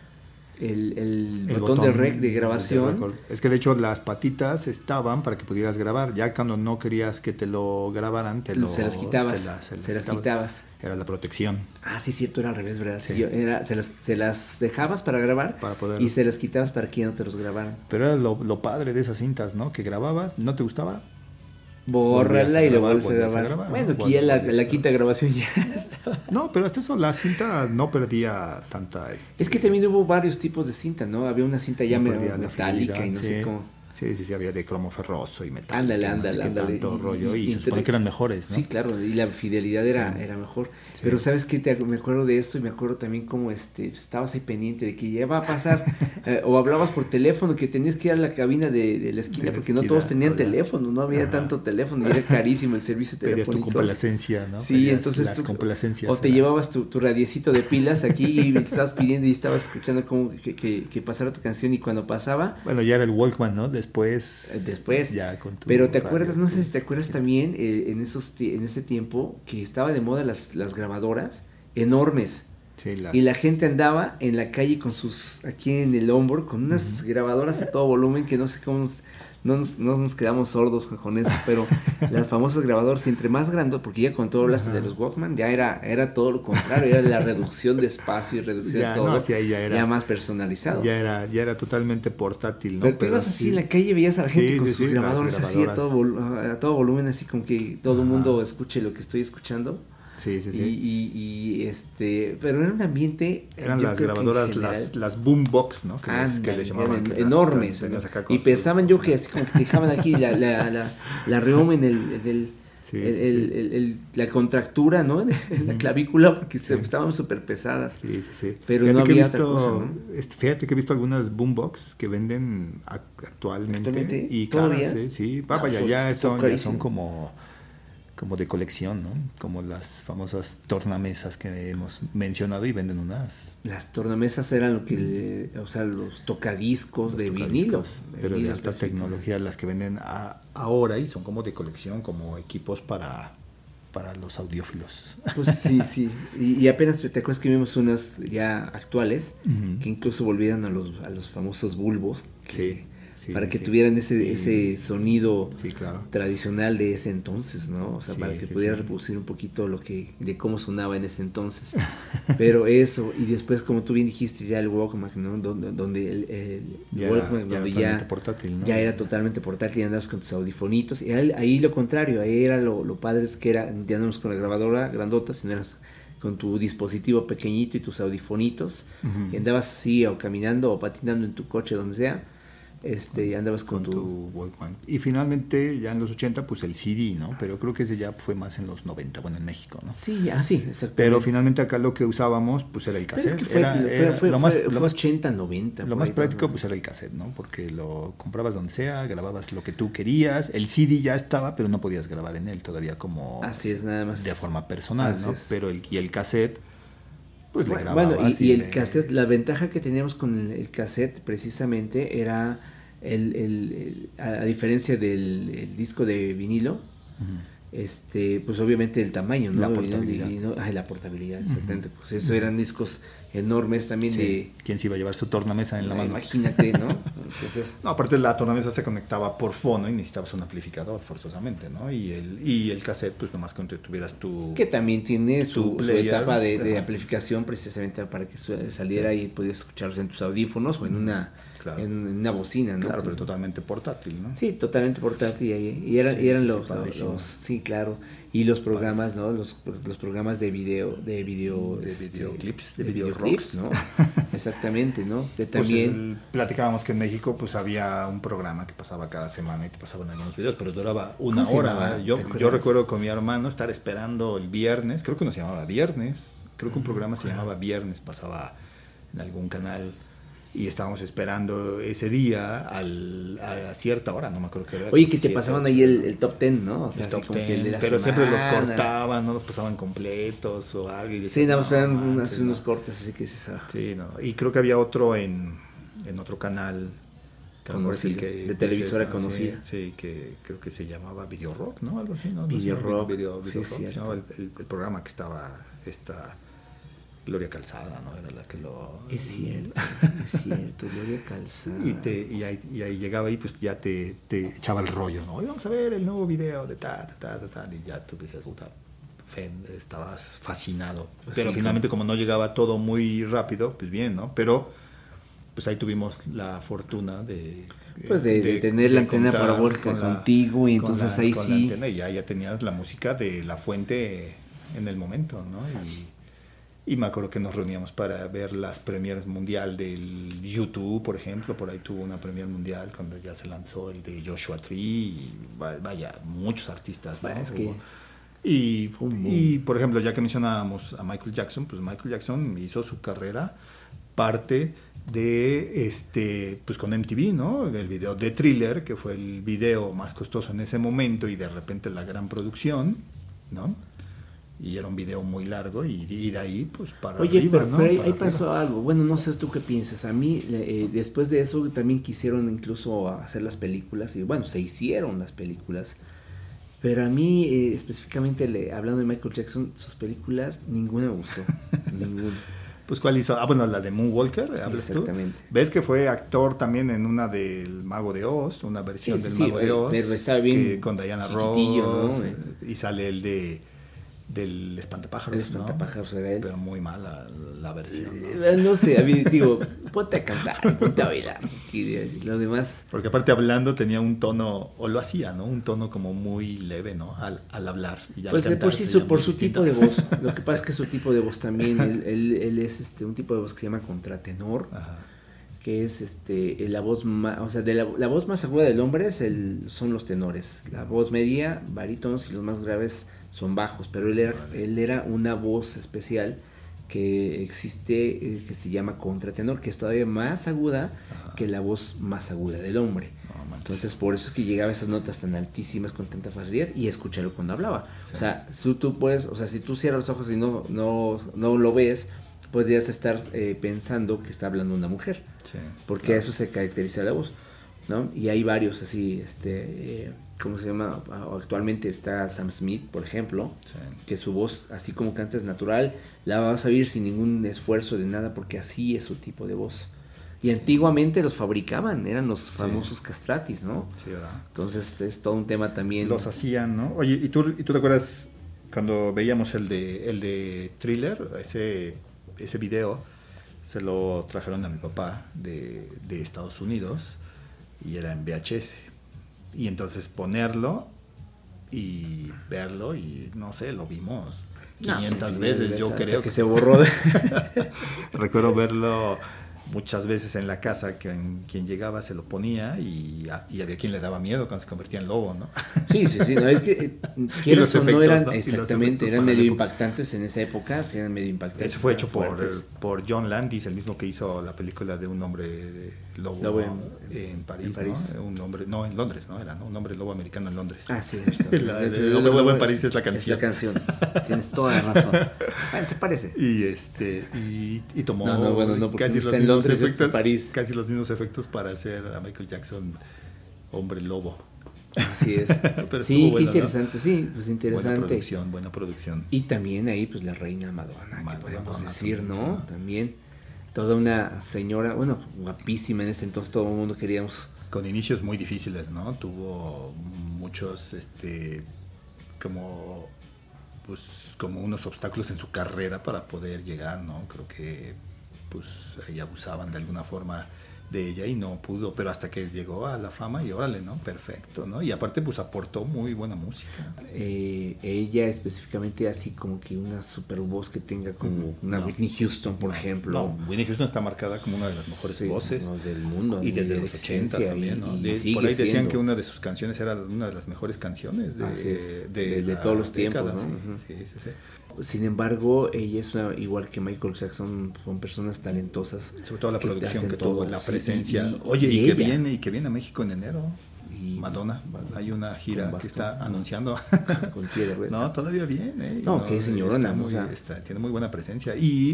[SPEAKER 1] el, el
[SPEAKER 2] El
[SPEAKER 1] botón, de rec de
[SPEAKER 2] de
[SPEAKER 1] grabación.
[SPEAKER 2] record. es que de hecho las patitas estaban para que pudieras grabar, ya cuando no querías que te lo grabaran, te lo
[SPEAKER 1] se las quitabas. Se las, quitabas.
[SPEAKER 2] Era la protección.
[SPEAKER 1] Ah, sí, cierto, era al revés, ¿verdad? Sí,
[SPEAKER 2] Sí.
[SPEAKER 1] yo- era, se, las, se las dejabas para grabar
[SPEAKER 2] Para poder-
[SPEAKER 1] y se las quitabas para que ya no te los grabaran.
[SPEAKER 2] Pero era lo, lo padre de esas cintas, ¿no? Que grababas, no te gustaba, Volvías
[SPEAKER 1] Bórrala
[SPEAKER 2] a
[SPEAKER 1] y lo
[SPEAKER 2] grabar,
[SPEAKER 1] vuelves a
[SPEAKER 2] volvías a
[SPEAKER 1] grabar.
[SPEAKER 2] grabar, ¿no?
[SPEAKER 1] bueno, que
[SPEAKER 2] Volvías
[SPEAKER 1] ya la,
[SPEAKER 2] a grabar.
[SPEAKER 1] la quinta grabación ya *laughs* estaba.
[SPEAKER 2] No, pero hasta eso la cinta no perdía tanta. este,
[SPEAKER 1] Es que también hubo varios tipos de cinta, ¿no? Había una cinta ya
[SPEAKER 2] no
[SPEAKER 1] medio
[SPEAKER 2] perdía la
[SPEAKER 1] metálica
[SPEAKER 2] fidelidad,
[SPEAKER 1] y no sé
[SPEAKER 2] sí.
[SPEAKER 1] cómo.
[SPEAKER 2] Sí, sí, sí, había de cromo ferroso y metal.
[SPEAKER 1] Ándale, ándale,
[SPEAKER 2] no sé qué
[SPEAKER 1] ándale.
[SPEAKER 2] Tanto
[SPEAKER 1] Y-
[SPEAKER 2] rollo y,
[SPEAKER 1] y
[SPEAKER 2] se supone
[SPEAKER 1] entre-
[SPEAKER 2] que eran mejores, ¿no?
[SPEAKER 1] Sí, claro, y la fidelidad era,
[SPEAKER 2] Sí.
[SPEAKER 1] era mejor.
[SPEAKER 2] Sí.
[SPEAKER 1] Pero sabes que me acuerdo de esto y me acuerdo también como este, estabas ahí pendiente de que ya va a
[SPEAKER 2] *laughs*
[SPEAKER 1] pasar, eh, o hablabas por teléfono, que tenías que ir a la cabina de, de la esquina,
[SPEAKER 2] De la
[SPEAKER 1] porque no todos
[SPEAKER 2] esquina,
[SPEAKER 1] tenían
[SPEAKER 2] hola.
[SPEAKER 1] teléfono, no había
[SPEAKER 2] Ajá.
[SPEAKER 1] tanto teléfono, y era carísimo el servicio
[SPEAKER 2] *laughs* Pedías tu
[SPEAKER 1] telefónico.
[SPEAKER 2] complacencia, ¿no?
[SPEAKER 1] Sí,
[SPEAKER 2] Pedías
[SPEAKER 1] entonces
[SPEAKER 2] Las
[SPEAKER 1] tú-
[SPEAKER 2] complacencias.
[SPEAKER 1] O te
[SPEAKER 2] era-
[SPEAKER 1] llevabas tu, tu radiecito de pilas aquí y estabas pidiendo y estabas escuchando como que, que- que pasara tu canción y cuando pasaba,
[SPEAKER 2] Bueno, ya era el Walkman, ¿no? Después.
[SPEAKER 1] Eh, después.
[SPEAKER 2] Ya con tu.
[SPEAKER 1] Pero te
[SPEAKER 2] radio,
[SPEAKER 1] acuerdas, no sé si te
[SPEAKER 2] tu-
[SPEAKER 1] acuerdas también eh, en esos ti- en ese tiempo que estaba de moda las, las grabadoras enormes
[SPEAKER 2] Sí, las-
[SPEAKER 1] y la gente andaba en la calle con sus aquí en el hombro con unas grabadoras a todo volumen que no sé cómo nos- no nos, no nos quedamos sordos con, con eso,
[SPEAKER 2] *laughs*
[SPEAKER 1] pero las famosas grabadoras y entre más grandes, porque ya cuando tú hablaste de los Walkman ya era era todo lo contrario, era la reducción de espacio y reducción
[SPEAKER 2] Ya,
[SPEAKER 1] de todo.
[SPEAKER 2] no, sí, ahí ya era-
[SPEAKER 1] más personalizado.
[SPEAKER 2] Ya era, ya era totalmente portátil, ¿no?
[SPEAKER 1] Pero tú ibas así
[SPEAKER 2] sí.
[SPEAKER 1] en la calle y veías a la gente
[SPEAKER 2] Sí,
[SPEAKER 1] con
[SPEAKER 2] sí,
[SPEAKER 1] sus
[SPEAKER 2] sí, las
[SPEAKER 1] grabadores así a
[SPEAKER 2] grabadoras.
[SPEAKER 1] todo, vol- a todo volumen, así como que todo el
[SPEAKER 2] Ajá.
[SPEAKER 1] mundo escuche lo que estoy escuchando.
[SPEAKER 2] Sí, sí, sí.
[SPEAKER 1] Y, y- y, este, pero era un ambiente.
[SPEAKER 2] Eran
[SPEAKER 1] yo
[SPEAKER 2] las
[SPEAKER 1] creo que en
[SPEAKER 2] grabadoras,
[SPEAKER 1] general,
[SPEAKER 2] las, las boombox, ¿no? Que, les, que
[SPEAKER 1] ándale,
[SPEAKER 2] les llamaban.
[SPEAKER 1] eran
[SPEAKER 2] que la-
[SPEAKER 1] enormes.
[SPEAKER 2] que la tenías acá con
[SPEAKER 1] y
[SPEAKER 2] su-
[SPEAKER 1] pensaban
[SPEAKER 2] con
[SPEAKER 1] yo
[SPEAKER 2] su-
[SPEAKER 1] que así como que dejaban aquí la, la, la, la reoma en el. en el-
[SPEAKER 2] Sí,
[SPEAKER 1] el-
[SPEAKER 2] sí,
[SPEAKER 1] el-
[SPEAKER 2] sí.
[SPEAKER 1] el- el- la contractura, ¿no? *laughs* En la clavícula, porque se- estaban súper pesadas.
[SPEAKER 2] Sí, sí, sí.
[SPEAKER 1] Pero
[SPEAKER 2] fíjate
[SPEAKER 1] no
[SPEAKER 2] que he
[SPEAKER 1] había otra
[SPEAKER 2] visto-
[SPEAKER 1] cosa, ¿no?
[SPEAKER 2] este, Fíjate que he visto algunas boombox que venden ac- actualmente.
[SPEAKER 1] Actualmente,
[SPEAKER 2] Y
[SPEAKER 1] todavía.
[SPEAKER 2] caras, ¿eh? sí. Va,
[SPEAKER 1] No,
[SPEAKER 2] vaya,
[SPEAKER 1] pues,
[SPEAKER 2] ya
[SPEAKER 1] está
[SPEAKER 2] son, ya
[SPEAKER 1] carísimo.
[SPEAKER 2] son como, como de colección, ¿no? Como las famosas tornamesas que hemos mencionado y venden unas.
[SPEAKER 1] Las tornamesas eran lo que, le- o sea, los tocadiscos
[SPEAKER 2] unos
[SPEAKER 1] Pues de
[SPEAKER 2] Mm. tocadiscos,
[SPEAKER 1] vinilos. pues, de
[SPEAKER 2] Pero de
[SPEAKER 1] vinilo
[SPEAKER 2] alta
[SPEAKER 1] específico.
[SPEAKER 2] tecnología, las que venden a- ahora y son como de colección, como equipos para, para los audiófilos.
[SPEAKER 1] Pues sí, sí. Y, y apenas te acuerdas que vimos unas ya actuales
[SPEAKER 2] Ujú.
[SPEAKER 1] que incluso volvían a los, a los famosos bulbos. que-
[SPEAKER 2] Sí, sí,
[SPEAKER 1] para
[SPEAKER 2] sí,
[SPEAKER 1] que
[SPEAKER 2] sí.
[SPEAKER 1] tuvieran ese,
[SPEAKER 2] Sí.
[SPEAKER 1] ese sonido
[SPEAKER 2] Sí, claro.
[SPEAKER 1] tradicional de ese entonces, ¿no? O sea,
[SPEAKER 2] Sí,
[SPEAKER 1] para que
[SPEAKER 2] sí,
[SPEAKER 1] pudiera
[SPEAKER 2] sí.
[SPEAKER 1] reproducir un poquito lo que, de cómo sonaba en ese entonces. *laughs* Pero eso, y después, como tú bien dijiste, ya el Walkman, ¿no? Donde, donde el, el
[SPEAKER 2] Ya era-
[SPEAKER 1] Walkman,
[SPEAKER 2] ya era
[SPEAKER 1] donde
[SPEAKER 2] totalmente
[SPEAKER 1] ya,
[SPEAKER 2] portátil, ¿no?
[SPEAKER 1] ya era totalmente portátil y andabas con tus audifonitos. Y ahí, ahí lo contrario, ahí era lo, lo padre es que era, ya no eras con la grabadora grandota, sino eras con tu dispositivo pequeñito y tus audifonitos.
[SPEAKER 2] Ujú.
[SPEAKER 1] Y andabas así, o caminando, o patinando en tu coche, donde sea. Este, y andabas con,
[SPEAKER 2] con
[SPEAKER 1] tu,
[SPEAKER 2] tu Walkman. Y finalmente, ya en los 80, pues el CD, ¿no? Pero creo que ese ya fue más en los 90, bueno, en México, ¿no?
[SPEAKER 1] Sí, ah, sí, exacto.
[SPEAKER 2] Pero finalmente acá lo que usábamos, pues era el
[SPEAKER 1] Pero es
[SPEAKER 2] cassette.
[SPEAKER 1] que fue,
[SPEAKER 2] Era-
[SPEAKER 1] fue-
[SPEAKER 2] era-
[SPEAKER 1] fue-
[SPEAKER 2] lo más,
[SPEAKER 1] fue-
[SPEAKER 2] lo
[SPEAKER 1] fue
[SPEAKER 2] más-
[SPEAKER 1] 80, 90.
[SPEAKER 2] lo
[SPEAKER 1] por
[SPEAKER 2] más
[SPEAKER 1] ahí,
[SPEAKER 2] práctico,
[SPEAKER 1] ¿no?
[SPEAKER 2] pues era el cassette, ¿no? Porque lo comprabas donde sea, grababas lo que tú querías. El CD ya estaba, pero no podías grabar en él todavía como
[SPEAKER 1] Así es, nada más.
[SPEAKER 2] de forma personal,
[SPEAKER 1] Así
[SPEAKER 2] ¿no?
[SPEAKER 1] es.
[SPEAKER 2] Pero el, y el cassette, pues le
[SPEAKER 1] Bueno,
[SPEAKER 2] grababas.
[SPEAKER 1] y, y el
[SPEAKER 2] le-
[SPEAKER 1] cassette, la ventaja que teníamos con el, el cassette precisamente era, el, el- el- a, a diferencia del el disco de vinilo,
[SPEAKER 2] Ujú.
[SPEAKER 1] este pues obviamente el tamaño, ¿no?
[SPEAKER 2] La
[SPEAKER 1] Y no-
[SPEAKER 2] portabilidad.
[SPEAKER 1] y no- ay, la portabilidad, exactamente. Pues eso eran discos enormes también
[SPEAKER 2] Sí. ¿Quién se iba a llevar su tornamesa en
[SPEAKER 1] de...
[SPEAKER 2] la mano?
[SPEAKER 1] Imagínate, ¿no?
[SPEAKER 2] *laughs*
[SPEAKER 1] Entonces,
[SPEAKER 2] No, aparte la tornamesa se conectaba por fono y necesitabas un amplificador forzosamente, ¿no? Y el, y el cassette, pues nomás que tuvieras tu...
[SPEAKER 1] que también tiene su, su
[SPEAKER 2] player,
[SPEAKER 1] etapa de, de
[SPEAKER 2] ajá.
[SPEAKER 1] amplificación precisamente para que su- saliera y pudieras escucharlos en tus audífonos o en una
[SPEAKER 2] Claro.
[SPEAKER 1] en, en una bocina, ¿no?
[SPEAKER 2] Claro, pero totalmente portátil, ¿no?
[SPEAKER 1] Sí, totalmente portátil y, ahí- y eran,
[SPEAKER 2] Sí,
[SPEAKER 1] y eran
[SPEAKER 2] sí, sí,
[SPEAKER 1] los, los,
[SPEAKER 2] padrísimo.
[SPEAKER 1] los- sí, claro, y los programas, ¿no? Los, los programas de video, de video, este,
[SPEAKER 2] De videoclips, de
[SPEAKER 1] videoclips,
[SPEAKER 2] videorocks.
[SPEAKER 1] ¿no?
[SPEAKER 2] *laughs*
[SPEAKER 1] Exactamente, ¿no? De
[SPEAKER 2] Pues,
[SPEAKER 1] también
[SPEAKER 2] el- platicábamos que en México pues había un programa que pasaba cada semana y te pasaban algunos videos, pero duraba una
[SPEAKER 1] ¿Cómo se
[SPEAKER 2] hora.
[SPEAKER 1] llamaba?
[SPEAKER 2] ¿eh? Yo,
[SPEAKER 1] ¿Te acuerdas?
[SPEAKER 2] yo recuerdo con mi hermano estar esperando el viernes, creo que nos llamaba viernes, creo que un programa
[SPEAKER 1] Ah.
[SPEAKER 2] se llamaba viernes, pasaba en algún canal y estábamos esperando ese día al- a cierta hora, no me acuerdo qué era.
[SPEAKER 1] oye que te
[SPEAKER 2] siete,
[SPEAKER 1] pasaban
[SPEAKER 2] ocho,
[SPEAKER 1] ahí el,
[SPEAKER 2] ¿no?
[SPEAKER 1] el top ten, ¿no? O sea,
[SPEAKER 2] El
[SPEAKER 1] así
[SPEAKER 2] top
[SPEAKER 1] como que el de
[SPEAKER 2] ten,
[SPEAKER 1] la
[SPEAKER 2] pero siempre los
[SPEAKER 1] semana.
[SPEAKER 2] cortaban, no los pasaban completos o algo. Y
[SPEAKER 1] Sí,
[SPEAKER 2] decían,
[SPEAKER 1] nada más
[SPEAKER 2] "No,
[SPEAKER 1] eran
[SPEAKER 2] manches,
[SPEAKER 1] unas- unos
[SPEAKER 2] no".
[SPEAKER 1] cortes, así que "Ah". se
[SPEAKER 2] Sí, no. Y creo que había otro en, en otro canal. que algo así
[SPEAKER 1] Conocido,
[SPEAKER 2] que
[SPEAKER 1] de
[SPEAKER 2] dices,
[SPEAKER 1] televisora
[SPEAKER 2] ah, sí,
[SPEAKER 1] conocida.
[SPEAKER 2] Sí, que creo que se llamaba Video Rock, ¿no? Algo así, ¿no? No sé,
[SPEAKER 1] Video
[SPEAKER 2] ¿no?
[SPEAKER 1] Rock,
[SPEAKER 2] Video,
[SPEAKER 1] sí,
[SPEAKER 2] Video
[SPEAKER 1] es
[SPEAKER 2] Rock,
[SPEAKER 1] cierto.
[SPEAKER 2] ¿no? El, el- el programa que estaba esta Gloria Calzada, ¿no? Era la que lo...
[SPEAKER 1] Es
[SPEAKER 2] *laughs*
[SPEAKER 1] cierto, *laughs* es cierto, Gloria Calzada.
[SPEAKER 2] Y, te, y, ahí, y ahí llegaba y pues ya te, te echaba el rollo, ¿no? Y vamos a ver el nuevo video de ta, ta, ta, ta, ta", Y ya tú decías, puta, fen- estabas fascinado.
[SPEAKER 1] Pues
[SPEAKER 2] Pero
[SPEAKER 1] sí,
[SPEAKER 2] finalmente como no llegaba todo muy rápido, pues bien, ¿no? Pero pues ahí tuvimos la fortuna de...
[SPEAKER 1] Pues de- de tener la antena
[SPEAKER 2] contar
[SPEAKER 1] parabólica
[SPEAKER 2] con
[SPEAKER 1] contigo y
[SPEAKER 2] con
[SPEAKER 1] entonces
[SPEAKER 2] la-
[SPEAKER 1] ahí
[SPEAKER 2] con la
[SPEAKER 1] sí.
[SPEAKER 2] antena y ya, ya tenías la música de la fuente en el momento, ¿no? Y... Y me acuerdo que nos reuníamos para ver las premieres mundial del YouTube, por ejemplo. Por ahí tuvo una premier mundial cuando ya se lanzó el de Joshua Tree. Y va- vaya, muchos artistas. ¿no?
[SPEAKER 1] Bueno, es que-
[SPEAKER 2] Hubo. y,
[SPEAKER 1] Fue un boom.
[SPEAKER 2] y, por ejemplo, ya que mencionábamos a Michael Jackson, pues Michael Jackson hizo su carrera parte de este pues con MTV, ¿no? El video de Thriller, que fue el video más costoso en ese momento y de repente la gran producción, ¿no? Y era un video muy largo y, y de ahí, pues, para
[SPEAKER 1] Oye,
[SPEAKER 2] arriba,
[SPEAKER 1] pero,
[SPEAKER 2] ¿no?
[SPEAKER 1] pero ahí,
[SPEAKER 2] Para
[SPEAKER 1] ahí
[SPEAKER 2] arriba.
[SPEAKER 1] pasó algo. Bueno, no sé tú qué piensas. A mí, le- eh, después de eso, también quisieron incluso hacer las películas. Y bueno, se hicieron las películas. Pero a mí, eh, específicamente le- hablando de Michael Jackson, sus películas, ninguna me
[SPEAKER 2] *laughs*
[SPEAKER 1] gustó. ninguna.
[SPEAKER 2] Pues, ¿cuál hizo? Ah, bueno, la de Moonwalker, ¿hablas tú?
[SPEAKER 1] Exactamente.
[SPEAKER 2] ¿Ves que fue actor también en una del Mago de Oz? Una versión
[SPEAKER 1] Sí, sí,
[SPEAKER 2] del
[SPEAKER 1] sí,
[SPEAKER 2] Mago de
[SPEAKER 1] eh,
[SPEAKER 2] Oz.
[SPEAKER 1] pero estaba bien
[SPEAKER 2] que- con Diana
[SPEAKER 1] chiquitillo, ¿no?
[SPEAKER 2] Ross. Y sale el de del espantapájaros.
[SPEAKER 1] Eh. El espantapájaros eh.
[SPEAKER 2] ¿no?
[SPEAKER 1] era él.
[SPEAKER 2] Pero muy mala la versión. ¿no?
[SPEAKER 1] Eh, No sé, a mí digo, ponte a cantar, ponte a bailar. Y eh, lo demás,
[SPEAKER 2] Porque aparte hablando tenía un tono, o lo hacía, ¿no? Un tono como muy leve, ¿no? Al, al hablar. Y al
[SPEAKER 1] pues de
[SPEAKER 2] cantar
[SPEAKER 1] por sí,
[SPEAKER 2] se
[SPEAKER 1] su-
[SPEAKER 2] llama
[SPEAKER 1] por su
[SPEAKER 2] distinto.
[SPEAKER 1] tipo
[SPEAKER 2] *laughs*
[SPEAKER 1] de voz. Lo que pasa es que su tipo de voz también, él, él- él es este, un tipo de voz que se llama contratenor,
[SPEAKER 2] Ajá.
[SPEAKER 1] que es este, eh, la voz más, o sea, de la, la voz más aguda del hombre es el, son los tenores. La voz media, barítonos y los más graves son bajos, pero él era, él era una voz especial que existe, eh, que se llama contratenor, que es todavía más aguda que la voz más aguda del hombre.
[SPEAKER 2] No manches.
[SPEAKER 1] Entonces, por eso es que llegaba a esas notas tan altísimas con tanta facilidad y escucharlo cuando hablaba.
[SPEAKER 2] Sí.
[SPEAKER 1] O sea, si tú puedes, o sea, si tú cierras los ojos y no, no, no lo ves, podrías estar eh, pensando que está hablando una mujer,
[SPEAKER 2] Sí.
[SPEAKER 1] porque a eso se caracteriza la voz, ¿no? Y hay varios así, este, eh, ¿cómo se llama? A- Actualmente está Sam Smith, por ejemplo,
[SPEAKER 2] Sí.
[SPEAKER 1] que su voz, así como canta, es natural, la vas a oír sin ningún esfuerzo de nada, porque así es su tipo de voz. Y antiguamente los fabricaban, eran los famosos castratis, ¿no?
[SPEAKER 2] Sí, ¿verdad?
[SPEAKER 1] Entonces es todo un tema también.
[SPEAKER 2] Los hacían, ¿no? Oye, ¿y tú, ¿y tú te acuerdas cuando veíamos el de, el de Thriller? Ese, ese video se lo trajeron a mi papá de, de Estados Unidos y era en VHS. Y entonces ponerlo y verlo y no sé, lo vimos
[SPEAKER 1] No, pues,
[SPEAKER 2] 500
[SPEAKER 1] sí,
[SPEAKER 2] veces, yo
[SPEAKER 1] hasta
[SPEAKER 2] creo.
[SPEAKER 1] que se borró. de-
[SPEAKER 2] Recuerdo verlo muchas veces en la casa, que en- quien llegaba se lo ponía y, a- y había quien le daba miedo cuando se convertía en lobo, ¿no?
[SPEAKER 1] Sí, sí, sí. No, es que eh, quieras
[SPEAKER 2] los
[SPEAKER 1] o no
[SPEAKER 2] efectos,
[SPEAKER 1] eran
[SPEAKER 2] ¿no? Y los
[SPEAKER 1] exactamente,
[SPEAKER 2] efectos
[SPEAKER 1] eran
[SPEAKER 2] para la
[SPEAKER 1] medio
[SPEAKER 2] época.
[SPEAKER 1] impactantes en esa época, sí eran medio impactantes.
[SPEAKER 2] Ese fue hecho
[SPEAKER 1] eran
[SPEAKER 2] por, eh,
[SPEAKER 1] fuertes.
[SPEAKER 2] por John Landis, el mismo que hizo la película de un hombre lobo,
[SPEAKER 1] Lobo en-
[SPEAKER 2] en, París,
[SPEAKER 1] en París.
[SPEAKER 2] ¿no? Un hombre, no, en Londres, ¿no? Era, ¿no? Un hombre lobo americano en Londres.
[SPEAKER 1] Ah,
[SPEAKER 2] *laughs*
[SPEAKER 1] sí. es cierto.
[SPEAKER 2] La de
[SPEAKER 1] El- el-
[SPEAKER 2] Lobo-
[SPEAKER 1] el-
[SPEAKER 2] Lobo en
[SPEAKER 1] es-
[SPEAKER 2] París es la canción.
[SPEAKER 1] Es la canción. Tienes toda la razón.
[SPEAKER 2] *laughs*
[SPEAKER 1] Bueno, se parece.
[SPEAKER 2] Y este y, y tomó
[SPEAKER 1] No, no, bueno, no, porque
[SPEAKER 2] casi
[SPEAKER 1] está
[SPEAKER 2] los
[SPEAKER 1] en
[SPEAKER 2] mismos
[SPEAKER 1] Londres,
[SPEAKER 2] efectos,
[SPEAKER 1] está en París.
[SPEAKER 2] casi los mismos efectos para hacer a Michael Jackson hombre lobo.
[SPEAKER 1] Así es.
[SPEAKER 2] *laughs* Pero
[SPEAKER 1] sí,
[SPEAKER 2] estuvo
[SPEAKER 1] qué
[SPEAKER 2] bueno, ¿no?
[SPEAKER 1] interesante, sí, pues
[SPEAKER 2] Buena
[SPEAKER 1] interesante.
[SPEAKER 2] producción, buena producción.
[SPEAKER 1] Y también ahí, pues la reina Madonna,
[SPEAKER 2] Madonna,
[SPEAKER 1] que podemos
[SPEAKER 2] Madonna
[SPEAKER 1] decir,
[SPEAKER 2] también,
[SPEAKER 1] ¿no?
[SPEAKER 2] sí.
[SPEAKER 1] También toda una señora, bueno, guapísima en ese entonces, todo el mundo queríamos.
[SPEAKER 2] con inicios muy difíciles, ¿no? Tuvo muchos, este, como, pues, como unos obstáculos en su carrera para poder llegar, ¿no? Creo que, pues, ahí abusaban de alguna forma de ella y no pudo, pero hasta que llegó a la fama y órale, ¿no? Perfecto, ¿no? Y aparte, pues, aportó muy buena música.
[SPEAKER 1] eh, ella específicamente así como que una super voz que tenga como
[SPEAKER 2] Mm,
[SPEAKER 1] una
[SPEAKER 2] no.
[SPEAKER 1] Whitney Houston, por ejemplo.
[SPEAKER 2] No, Whitney Houston está marcada como una de las mejores
[SPEAKER 1] Sí,
[SPEAKER 2] voces.
[SPEAKER 1] no, del mundo.
[SPEAKER 2] Y desde
[SPEAKER 1] de
[SPEAKER 2] los
[SPEAKER 1] la
[SPEAKER 2] 80
[SPEAKER 1] existencia,
[SPEAKER 2] también, ¿no?
[SPEAKER 1] y- y
[SPEAKER 2] De-
[SPEAKER 1] sigue
[SPEAKER 2] por ahí decían
[SPEAKER 1] siendo.
[SPEAKER 2] que una de sus canciones era una de las mejores canciones de,
[SPEAKER 1] Así es,
[SPEAKER 2] de,
[SPEAKER 1] de- de
[SPEAKER 2] las
[SPEAKER 1] todos los tiempos,
[SPEAKER 2] décadas,
[SPEAKER 1] ¿no?
[SPEAKER 2] sí,
[SPEAKER 1] Ujú.
[SPEAKER 2] sí, sí, sí.
[SPEAKER 1] Sin embargo, ella es una- igual que Michael Jackson, son personas talentosas.
[SPEAKER 2] Sobre todo la
[SPEAKER 1] que te
[SPEAKER 2] producción
[SPEAKER 1] hacen
[SPEAKER 2] que tuvo,
[SPEAKER 1] todo,
[SPEAKER 2] la
[SPEAKER 1] sí,
[SPEAKER 2] presencia.
[SPEAKER 1] y- y-
[SPEAKER 2] Oye, y,
[SPEAKER 1] y
[SPEAKER 2] que
[SPEAKER 1] ella.
[SPEAKER 2] viene, y que viene a México en enero.
[SPEAKER 1] Y-
[SPEAKER 2] Madonna,
[SPEAKER 1] Madonna,
[SPEAKER 2] hay una gira
[SPEAKER 1] con
[SPEAKER 2] que
[SPEAKER 1] bastón.
[SPEAKER 2] está anunciando.
[SPEAKER 1] *laughs* Con silla de ruedas.
[SPEAKER 2] no, todavía viene. ¿eh?
[SPEAKER 1] No, qué señorona,
[SPEAKER 2] está
[SPEAKER 1] o
[SPEAKER 2] muy-
[SPEAKER 1] sea.
[SPEAKER 2] está- tiene muy buena presencia. Y, y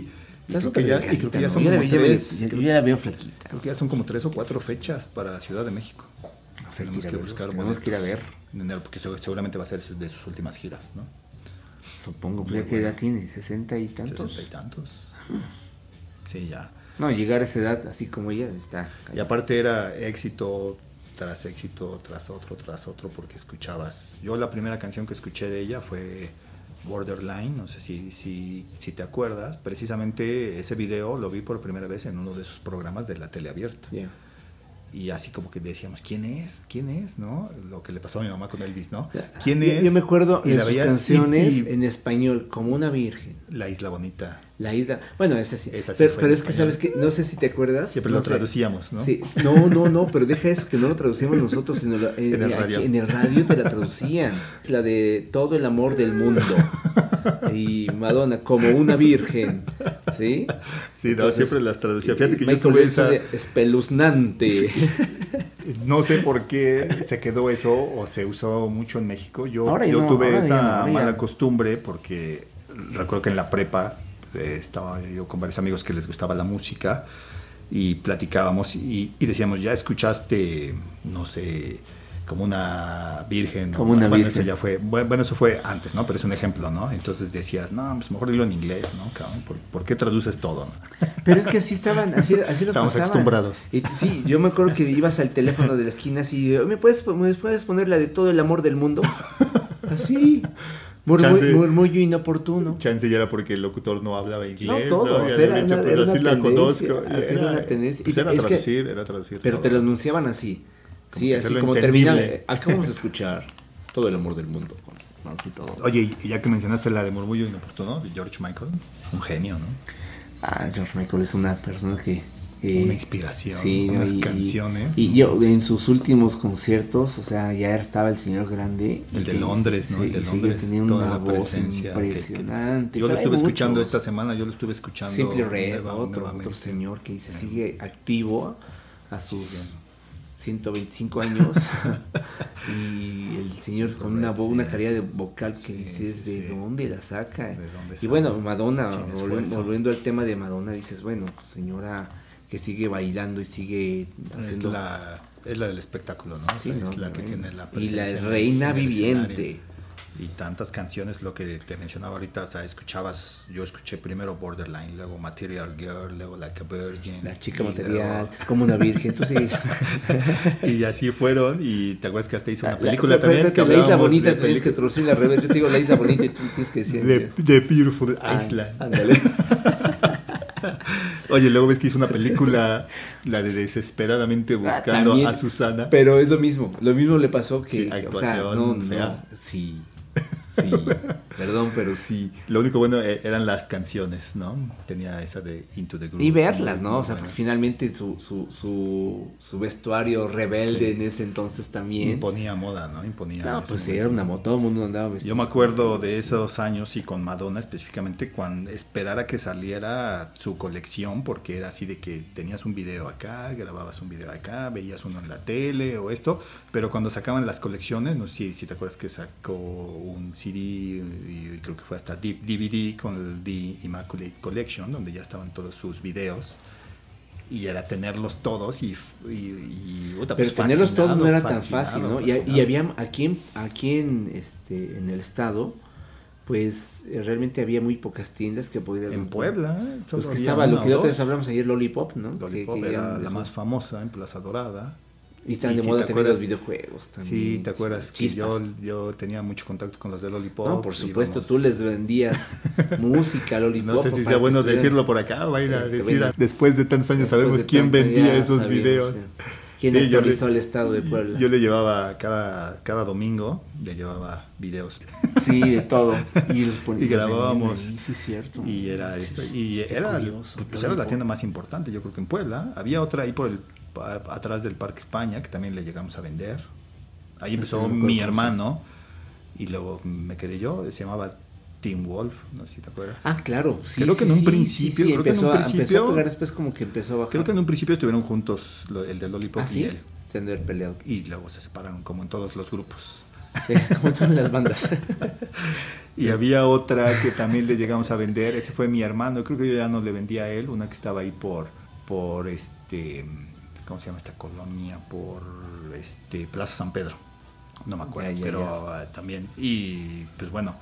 [SPEAKER 1] Está
[SPEAKER 2] creo
[SPEAKER 1] súper
[SPEAKER 2] que ya, y
[SPEAKER 1] delgadita,
[SPEAKER 2] creo que ya
[SPEAKER 1] ¿no?
[SPEAKER 2] son
[SPEAKER 1] Yo la
[SPEAKER 2] como
[SPEAKER 1] veo- yo la veo-
[SPEAKER 2] tres,
[SPEAKER 1] yo-
[SPEAKER 2] creo-
[SPEAKER 1] yo la veo flaquita.
[SPEAKER 2] Creo que ya son como tres o cuatro fechas para Ciudad de México.
[SPEAKER 1] que
[SPEAKER 2] Tenemos
[SPEAKER 1] ir
[SPEAKER 2] que
[SPEAKER 1] a ver,
[SPEAKER 2] buscar
[SPEAKER 1] tenemos que ir a
[SPEAKER 2] boletos
[SPEAKER 1] ver.
[SPEAKER 2] en enero, porque se- seguramente va a ser de sus últimas giras, ¿no?
[SPEAKER 1] Supongo, pues ya que edad tiene, 60 y tantos.
[SPEAKER 2] Sesenta y tantos. Sí, ya.
[SPEAKER 1] No, llegar a esa edad así como ella está.
[SPEAKER 2] Y aparte era éxito tras éxito, tras otro, tras otro, porque escuchabas. Yo la primera canción que escuché de ella fue Borderline, no sé si, si, si te acuerdas. Precisamente ese video lo vi por primera vez en uno de sus programas de la tele abierta.
[SPEAKER 1] Ya.
[SPEAKER 2] Y así como que decíamos, ¿quién es? ¿Quién es? ¿No? Lo que le pasó a mi mamá con Elvis, ¿no? ¿Quién
[SPEAKER 1] yo,
[SPEAKER 2] es?
[SPEAKER 1] Yo me acuerdo
[SPEAKER 2] Y
[SPEAKER 1] de
[SPEAKER 2] la
[SPEAKER 1] sus
[SPEAKER 2] veías,
[SPEAKER 1] canciones
[SPEAKER 2] sí, y
[SPEAKER 1] en español, como una virgen.
[SPEAKER 2] La Isla Bonita.
[SPEAKER 1] La isla. Bueno, esa sí.
[SPEAKER 2] Esa sí
[SPEAKER 1] pero
[SPEAKER 2] fue
[SPEAKER 1] pero
[SPEAKER 2] en
[SPEAKER 1] es que,
[SPEAKER 2] español.
[SPEAKER 1] ¿sabes que No sé si te acuerdas.
[SPEAKER 2] Siempre
[SPEAKER 1] no
[SPEAKER 2] lo
[SPEAKER 1] sé.
[SPEAKER 2] traducíamos, ¿no?
[SPEAKER 1] Sí. No, no, no, pero deja eso, que no lo traducimos nosotros, sino la- eh,
[SPEAKER 2] En el
[SPEAKER 1] eh,
[SPEAKER 2] radio.
[SPEAKER 1] aquí en el radio te la traducían. La de todo el amor del mundo. Y Madonna, como una virgen. ¿Sí?
[SPEAKER 2] Sí, no, siempre las traducía.
[SPEAKER 1] eh,
[SPEAKER 2] Fíjate que yo
[SPEAKER 1] Michael
[SPEAKER 2] tuve
[SPEAKER 1] Jackson
[SPEAKER 2] esa-
[SPEAKER 1] de Espeluznante.
[SPEAKER 2] No sé por qué se quedó eso o se usó mucho en México. Yo,
[SPEAKER 1] Ahora ya
[SPEAKER 2] yo
[SPEAKER 1] no,
[SPEAKER 2] tuve
[SPEAKER 1] ahora ya
[SPEAKER 2] esa
[SPEAKER 1] no, ahora ya
[SPEAKER 2] mala
[SPEAKER 1] no.
[SPEAKER 2] costumbre porque recuerdo que en la prepa eh, estaba yo con varios amigos que les gustaba la música y platicábamos y, y decíamos, ya escuchaste, no sé, como una virgen.
[SPEAKER 1] Como
[SPEAKER 2] o-
[SPEAKER 1] una
[SPEAKER 2] bueno,
[SPEAKER 1] virgen.
[SPEAKER 2] Eso ya fue, bueno, bueno, eso fue antes, ¿no? Pero es un ejemplo, ¿no? Entonces decías, no, pues mejor dilo en inglés, ¿no? cabrón? ¿Por, por qué traduces todo? no?"
[SPEAKER 1] Pero es que así estaban, así, así los
[SPEAKER 2] Estábamos
[SPEAKER 1] pasaban.
[SPEAKER 2] acostumbrados.
[SPEAKER 1] Y t- sí, yo me acuerdo que ibas al teléfono de la esquina así, ¿me puedes, po- me puedes poner la de todo el amor del mundo? Así. Murmu-
[SPEAKER 2] Chance-
[SPEAKER 1] murmullo inoportuno.
[SPEAKER 2] Chance ya era porque el locutor no hablaba inglés.
[SPEAKER 1] No, todos,
[SPEAKER 2] Ya le habían
[SPEAKER 1] era
[SPEAKER 2] dicho,
[SPEAKER 1] una-
[SPEAKER 2] pues,
[SPEAKER 1] era una
[SPEAKER 2] así la
[SPEAKER 1] tendencia, ah,
[SPEAKER 2] conozco.
[SPEAKER 1] era una tendencia.
[SPEAKER 2] pues,
[SPEAKER 1] Y
[SPEAKER 2] era
[SPEAKER 1] es que-
[SPEAKER 2] traducir, era traducir.
[SPEAKER 1] Pero
[SPEAKER 2] todo.
[SPEAKER 1] te lo anunciaban así.
[SPEAKER 2] Como
[SPEAKER 1] sí,
[SPEAKER 2] que
[SPEAKER 1] así
[SPEAKER 2] hacerlo
[SPEAKER 1] como
[SPEAKER 2] entendible.
[SPEAKER 1] terminaba. eh, Acabamos de escuchar todo el amor del mundo. con Mancito.
[SPEAKER 2] Oye, y ya que mencionaste la de Murmullo Inoportuno, de George Michael, un genio, ¿no?
[SPEAKER 1] Ah, George Michael es una persona que. eh,
[SPEAKER 2] Una inspiración,
[SPEAKER 1] ¿no?
[SPEAKER 2] unas
[SPEAKER 1] Y- y-
[SPEAKER 2] canciones.
[SPEAKER 1] Y, yo, en sus últimos conciertos, o sea, ya estaba el señor grande.
[SPEAKER 2] El de
[SPEAKER 1] Y-
[SPEAKER 2] Londres, ¿no?
[SPEAKER 1] sí,
[SPEAKER 2] el de
[SPEAKER 1] sí,
[SPEAKER 2] Londres,
[SPEAKER 1] que tenía
[SPEAKER 2] toda
[SPEAKER 1] una
[SPEAKER 2] la
[SPEAKER 1] voz
[SPEAKER 2] presencia. que- que-
[SPEAKER 1] Impresionante.
[SPEAKER 2] yo lo
[SPEAKER 1] Pero hay
[SPEAKER 2] estuve escuchando
[SPEAKER 1] muchos.
[SPEAKER 2] esta semana, yo lo estuve escuchando.
[SPEAKER 1] Simple Red,
[SPEAKER 2] nueva-
[SPEAKER 1] otro,
[SPEAKER 2] nuevamente.
[SPEAKER 1] otro señor que se sigue activo a sus 125
[SPEAKER 2] *laughs*
[SPEAKER 1] años. y el señor
[SPEAKER 2] Simple
[SPEAKER 1] con una,
[SPEAKER 2] Red,
[SPEAKER 1] voz, una
[SPEAKER 2] sí.
[SPEAKER 1] calidad de vocal que dices,
[SPEAKER 2] sí,
[SPEAKER 1] ¿de
[SPEAKER 2] sí.
[SPEAKER 1] dónde la saca?
[SPEAKER 2] ¿De
[SPEAKER 1] y
[SPEAKER 2] dónde saca?
[SPEAKER 1] bueno, Madonna,
[SPEAKER 2] Sin
[SPEAKER 1] volvi-
[SPEAKER 2] esfuerzo.
[SPEAKER 1] volviendo al tema de Madonna, dices, bueno, señora que sigue bailando y sigue
[SPEAKER 2] Es
[SPEAKER 1] haciendo...
[SPEAKER 2] la, es la del espectáculo, ¿no? O
[SPEAKER 1] Sí,
[SPEAKER 2] sea,
[SPEAKER 1] ¿no?
[SPEAKER 2] es la que
[SPEAKER 1] Tremendo.
[SPEAKER 2] tiene la
[SPEAKER 1] Y
[SPEAKER 2] presencia.
[SPEAKER 1] la
[SPEAKER 2] en el-
[SPEAKER 1] reina
[SPEAKER 2] en el
[SPEAKER 1] viviente.
[SPEAKER 2] escenario. Y tantas canciones, lo que te mencionaba ahorita, o sea, escuchabas, yo escuché primero Borderline, luego Material Girl, luego Like a Virgin.
[SPEAKER 1] La chica
[SPEAKER 2] y
[SPEAKER 1] material,
[SPEAKER 2] luego-
[SPEAKER 1] como una virgen, entonces...
[SPEAKER 2] *laughs* y así fueron, y te acuerdas que hasta hizo una
[SPEAKER 1] La- la-
[SPEAKER 2] película
[SPEAKER 1] pero
[SPEAKER 2] también.
[SPEAKER 1] espérate,
[SPEAKER 2] que
[SPEAKER 1] la isla
[SPEAKER 2] hablábamos
[SPEAKER 1] bonita
[SPEAKER 2] de
[SPEAKER 1] te tienes que
[SPEAKER 2] pelicu-
[SPEAKER 1] traducir la revés. Yo te digo la isla bonita y tú tienes que decir.
[SPEAKER 2] The, The Beautiful
[SPEAKER 1] Ah,
[SPEAKER 2] Island.
[SPEAKER 1] ándale.
[SPEAKER 2] Oye, luego ves que hizo una película, la de Desesperadamente Buscando
[SPEAKER 1] Ah, también.
[SPEAKER 2] a Susana.
[SPEAKER 1] Pero es lo mismo, lo mismo le pasó que.
[SPEAKER 2] Sí,
[SPEAKER 1] o sea,
[SPEAKER 2] actuación
[SPEAKER 1] no, no,
[SPEAKER 2] fea.
[SPEAKER 1] *laughs* sí. Sí, perdón, pero sí.
[SPEAKER 2] Lo único bueno eh, eran las canciones, ¿no? Tenía esa de Into the Groove.
[SPEAKER 1] Y verlas, ¿no? O sea,
[SPEAKER 2] Bueno,
[SPEAKER 1] porque finalmente su, su, su, su vestuario rebelde
[SPEAKER 2] Sí.
[SPEAKER 1] en ese entonces también.
[SPEAKER 2] imponía moda, ¿no? Imponía. en
[SPEAKER 1] No,
[SPEAKER 2] ese
[SPEAKER 1] pues sí,
[SPEAKER 2] momento.
[SPEAKER 1] era una moda, todo el mundo andaba vestido.
[SPEAKER 2] Yo me acuerdo de esos años y con Madonna específicamente cuando esperara que saliera su colección porque era así de que tenías un video acá, grababas un video acá, veías uno en la tele o esto, pero cuando sacaban las colecciones, no sé si, si te acuerdas que sacó un CD y creo que fue hasta D- DVD con el The Immaculate Collection donde ya estaban todos sus videos. Y era tenerlos todos y... y, y, puta,
[SPEAKER 1] Pero
[SPEAKER 2] pues,
[SPEAKER 1] tenerlos todos no era tan
[SPEAKER 2] fascinado,
[SPEAKER 1] fácil, ¿no? Y,
[SPEAKER 2] fascinado,
[SPEAKER 1] y había aquí en, aquí en, este, en el estado, pues eh, realmente había muy pocas tiendas que podías...
[SPEAKER 2] En Puebla, ¿eh?
[SPEAKER 1] Pues
[SPEAKER 2] Solo
[SPEAKER 1] que
[SPEAKER 2] había
[SPEAKER 1] estaba
[SPEAKER 2] una
[SPEAKER 1] lo que
[SPEAKER 2] o
[SPEAKER 1] la otra vez
[SPEAKER 2] dos.
[SPEAKER 1] hablamos ayer, Lollipop, ¿no? Que-
[SPEAKER 2] Lollipop
[SPEAKER 1] que ya
[SPEAKER 2] era
[SPEAKER 1] dejó.
[SPEAKER 2] la más famosa en Plaza Dorada.
[SPEAKER 1] Y están
[SPEAKER 2] y
[SPEAKER 1] de
[SPEAKER 2] si
[SPEAKER 1] moda
[SPEAKER 2] te
[SPEAKER 1] también los
[SPEAKER 2] acuerdas-
[SPEAKER 1] videojuegos también.
[SPEAKER 2] Sí, ¿te acuerdas? Que
[SPEAKER 1] Chispas.
[SPEAKER 2] yo, yo tenía mucho contacto con los de Lollipop.
[SPEAKER 1] No, por supuesto,
[SPEAKER 2] íbamos-
[SPEAKER 1] tú les
[SPEAKER 2] *laughs*
[SPEAKER 1] vendías música a Lollipop.
[SPEAKER 2] No sé si
[SPEAKER 1] para
[SPEAKER 2] sea
[SPEAKER 1] que
[SPEAKER 2] bueno
[SPEAKER 1] estuvieran-
[SPEAKER 2] decirlo por acá, vaina,
[SPEAKER 1] Te
[SPEAKER 2] decir, "Ah,
[SPEAKER 1] venden.
[SPEAKER 2] después de tantos años
[SPEAKER 1] Después
[SPEAKER 2] sabemos
[SPEAKER 1] de
[SPEAKER 2] quién
[SPEAKER 1] tanto,
[SPEAKER 2] vendía
[SPEAKER 1] ya
[SPEAKER 2] esos
[SPEAKER 1] sabíamos,
[SPEAKER 2] videos.
[SPEAKER 1] sí. ¿Quién
[SPEAKER 2] Sí, yo le-
[SPEAKER 1] actualizó el estado de Puebla?
[SPEAKER 2] Yo le llevaba cada, cada domingo, le llevaba videos.
[SPEAKER 1] Sí, de todo. Y, los pon-
[SPEAKER 2] Y grabábamos.
[SPEAKER 1] Sí, sí, cierto.
[SPEAKER 2] Y era esa- y era,
[SPEAKER 1] curioso,
[SPEAKER 2] pues
[SPEAKER 1] yo
[SPEAKER 2] era la
[SPEAKER 1] digo-
[SPEAKER 2] tienda más importante, yo creo que en Puebla. Había otra ahí por el a- atrás del Parque España que también le llegamos a vender. Ahí
[SPEAKER 1] no
[SPEAKER 2] empezó
[SPEAKER 1] me acuerdo
[SPEAKER 2] mi
[SPEAKER 1] cómo se
[SPEAKER 2] hermano y luego me quedé yo, se llamaba Tim Wolf, no sé si te acuerdas.
[SPEAKER 1] Ah, claro, sí.
[SPEAKER 2] Creo que
[SPEAKER 1] sí,
[SPEAKER 2] en un
[SPEAKER 1] sí,
[SPEAKER 2] principio,
[SPEAKER 1] sí, sí,
[SPEAKER 2] creo que en
[SPEAKER 1] empezó
[SPEAKER 2] un
[SPEAKER 1] a- empezó a
[SPEAKER 2] principio-
[SPEAKER 1] pegar después como que empezó a bajar.
[SPEAKER 2] Creo que en un principio estuvieron juntos lo- el de Lollipop
[SPEAKER 1] Ah,
[SPEAKER 2] y
[SPEAKER 1] sí,
[SPEAKER 2] él.
[SPEAKER 1] se han de haber peleado.
[SPEAKER 2] Y luego se separaron como en todos los grupos.
[SPEAKER 1] Sí, como son las
[SPEAKER 2] *laughs*
[SPEAKER 1] bandas.
[SPEAKER 2] Y había otra que también le llegamos a vender, ese fue mi hermano, creo que yo ya no le vendía a él, una que estaba ahí por, por este, ¿cómo se llama esta colonia? Por este, Plaza San Pedro, no me acuerdo,
[SPEAKER 1] Ya, ya,
[SPEAKER 2] pero ah, también, y pues bueno,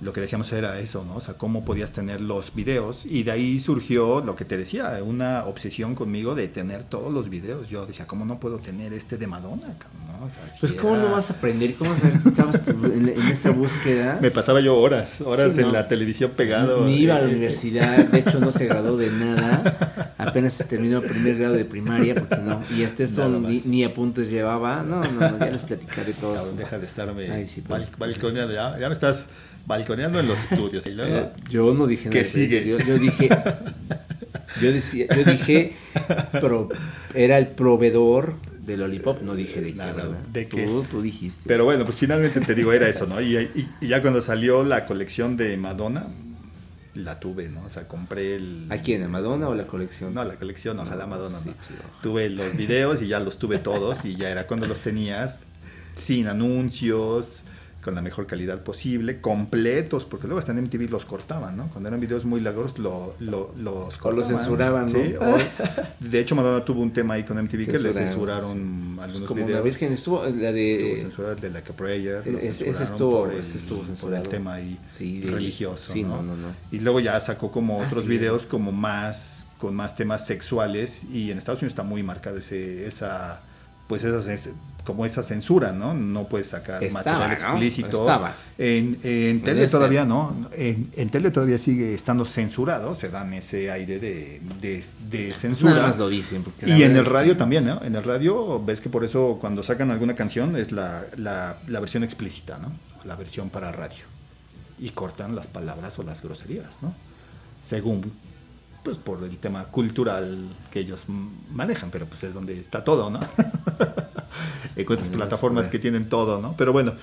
[SPEAKER 2] lo que decíamos era eso, ¿no? O sea, cómo podías tener los videos, y de ahí surgió lo que te decía, una obsesión conmigo de tener todos los videos, yo decía, ¿cómo no puedo tener este de Madonna? cabrón? ¿no? O sea, sí
[SPEAKER 1] Pues, ¿cómo
[SPEAKER 2] era-
[SPEAKER 1] no vas a aprender? ¿Cómo vas a ver si estabas tú en, en esa búsqueda?
[SPEAKER 2] me pasaba yo horas, horas
[SPEAKER 1] Sí,
[SPEAKER 2] en
[SPEAKER 1] ¿no?
[SPEAKER 2] la televisión pegado.
[SPEAKER 1] Ni iba a la
[SPEAKER 2] Eh, eh,
[SPEAKER 1] universidad, de hecho no se graduó
[SPEAKER 2] *laughs*
[SPEAKER 1] de nada, apenas se terminó el primer grado de primaria, porque no, y hasta eso
[SPEAKER 2] Nada
[SPEAKER 1] ni,
[SPEAKER 2] más.
[SPEAKER 1] ni apuntes llevaba, no, no, no, ya les platicaré todo eso.
[SPEAKER 2] Cabrón, deja de estarme
[SPEAKER 1] Ay, sí, pues.
[SPEAKER 2] bal-
[SPEAKER 1] por-
[SPEAKER 2] balconeando. Ya, ya me estás
[SPEAKER 1] *laughs*
[SPEAKER 2] balconeando en los estudios. Y luego,
[SPEAKER 1] Eh, yo no dije
[SPEAKER 2] ¿Qué
[SPEAKER 1] nada,
[SPEAKER 2] sigue?
[SPEAKER 1] Yo, yo dije, yo decía, yo dije, pro- era el proveedor del Lollipop, no dije de qué,
[SPEAKER 2] Nada,
[SPEAKER 1] ¿verdad?
[SPEAKER 2] ¿de
[SPEAKER 1] tú,
[SPEAKER 2] qué?
[SPEAKER 1] tú dijiste.
[SPEAKER 2] Pero bueno, pues finalmente te digo, era eso, ¿no? Y, y- y ya cuando salió la colección de Madonna, la tuve, ¿no? O sea, compré el.
[SPEAKER 1] ¿A quién? ¿A Madonna o la colección?
[SPEAKER 2] No, la colección, ojalá
[SPEAKER 1] No,
[SPEAKER 2] Madonna.
[SPEAKER 1] sí,
[SPEAKER 2] no.
[SPEAKER 1] chido.
[SPEAKER 2] Tuve los videos y ya los tuve todos y ya era cuando los tenías sin anuncios, con la mejor calidad posible, completos, porque luego hasta en MTV los cortaban, ¿no? Cuando eran videos muy largos lo, lo- los
[SPEAKER 1] O
[SPEAKER 2] cortaban.
[SPEAKER 1] los censuraban, ¿no?
[SPEAKER 2] Sí, o- de hecho Madonna tuvo un tema ahí con
[SPEAKER 1] *laughs*
[SPEAKER 2] MTV que le
[SPEAKER 1] Censuraron, Pues
[SPEAKER 2] censuraron algunos
[SPEAKER 1] Como
[SPEAKER 2] videos.
[SPEAKER 1] una virgen estuvo, la de...
[SPEAKER 2] Estuvo censurada de Like a Prayer, lo
[SPEAKER 1] Ese- ese
[SPEAKER 2] censuraron
[SPEAKER 1] estuvo-
[SPEAKER 2] por el,
[SPEAKER 1] ese estuvo
[SPEAKER 2] por el
[SPEAKER 1] censurado.
[SPEAKER 2] tema ahí
[SPEAKER 1] Sí, de-
[SPEAKER 2] religioso,
[SPEAKER 1] sí, no,
[SPEAKER 2] ¿no?
[SPEAKER 1] no, no.
[SPEAKER 2] Y luego ya sacó como
[SPEAKER 1] Ah,
[SPEAKER 2] otros
[SPEAKER 1] sí.
[SPEAKER 2] videos como más, con más temas sexuales y en Estados Unidos está muy marcado ese, esa pues esa es como esa censura, ¿no? No puedes sacar
[SPEAKER 1] Estaba,
[SPEAKER 2] material
[SPEAKER 1] ¿no?
[SPEAKER 2] explícito.
[SPEAKER 1] Estaba.
[SPEAKER 2] En, en tele
[SPEAKER 1] Debe ser.
[SPEAKER 2] todavía no, en, en tele todavía sigue estando censurado, se dan ese aire de, de- de censura.
[SPEAKER 1] Nada más lo dicen. porque la
[SPEAKER 2] Y
[SPEAKER 1] verdad
[SPEAKER 2] en el
[SPEAKER 1] es que-
[SPEAKER 2] radio también, ¿no? En el radio ves que por eso cuando sacan alguna canción es la, la- la versión explícita, ¿no? O la versión para radio. Y cortan las palabras o las groserías, ¿no? Según, pues por el tema cultural que ellos m- manejan, pero pues es donde está todo, ¿no? *laughs* en cuantas
[SPEAKER 1] Ahí vas,
[SPEAKER 2] plataformas
[SPEAKER 1] pues.
[SPEAKER 2] que tienen todo, ¿no? Pero bueno,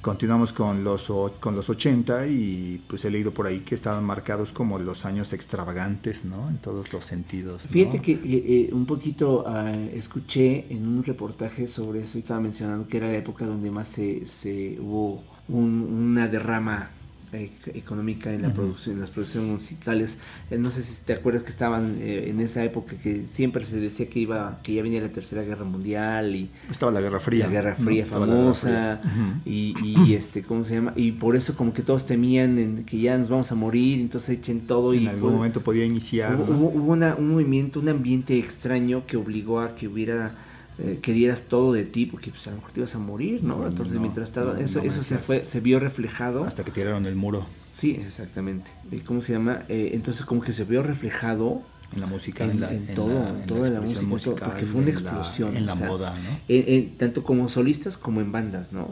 [SPEAKER 2] continuamos con los, o- con los 80 y pues he leído por ahí que estaban marcados como los años extravagantes, ¿no? En todos los sentidos. ¿no?
[SPEAKER 1] Fíjate que eh, eh, un poquito ah, escuché en un reportaje sobre eso y estaba mencionando que era la época donde más se, se hubo un- una derrama eh, económica en la producción, en las producciones musicales. Eh, no sé si te acuerdas que estaban eh, en esa época que siempre se decía que iba, que ya venía la tercera guerra mundial y
[SPEAKER 2] Estaba la Guerra Fría.
[SPEAKER 1] la Guerra
[SPEAKER 2] ¿no?
[SPEAKER 1] Fría
[SPEAKER 2] Estaba la Guerra
[SPEAKER 1] famosa
[SPEAKER 2] Fría. Ujú.
[SPEAKER 1] y, y, este cómo se llama y por eso como que todos temían en que ya nos vamos a morir, entonces echen todo y
[SPEAKER 2] En algún
[SPEAKER 1] fue-
[SPEAKER 2] momento podía iniciar.
[SPEAKER 1] Hubo,
[SPEAKER 2] ¿no?
[SPEAKER 1] hubo- hubo una- un movimiento, un ambiente extraño que obligó a que hubiera, eh, que dieras todo de ti, porque pues, a lo mejor te ibas a morir, ¿no?
[SPEAKER 2] No,
[SPEAKER 1] Entonces,
[SPEAKER 2] Mm, no,
[SPEAKER 1] mientras tanto,
[SPEAKER 2] no,
[SPEAKER 1] eso,
[SPEAKER 2] no
[SPEAKER 1] eso se
[SPEAKER 2] manches.
[SPEAKER 1] fue, se vio reflejado.
[SPEAKER 2] Hasta que tiraron el muro
[SPEAKER 1] Sí, exactamente. ¿Y ¿Cómo se llama? Eh, entonces, como que se vio reflejado
[SPEAKER 2] en la música,
[SPEAKER 1] en,
[SPEAKER 2] en, la,
[SPEAKER 1] en
[SPEAKER 2] en
[SPEAKER 1] todo,
[SPEAKER 2] la-
[SPEAKER 1] en
[SPEAKER 2] en
[SPEAKER 1] toda la, música,
[SPEAKER 2] expresión
[SPEAKER 1] en todo,
[SPEAKER 2] musical,
[SPEAKER 1] porque fue una
[SPEAKER 2] en la-
[SPEAKER 1] explosión.
[SPEAKER 2] En la,
[SPEAKER 1] o sea,
[SPEAKER 2] moda, ¿no? Mm.
[SPEAKER 1] en- en- tanto como solistas como en bandas, ¿no?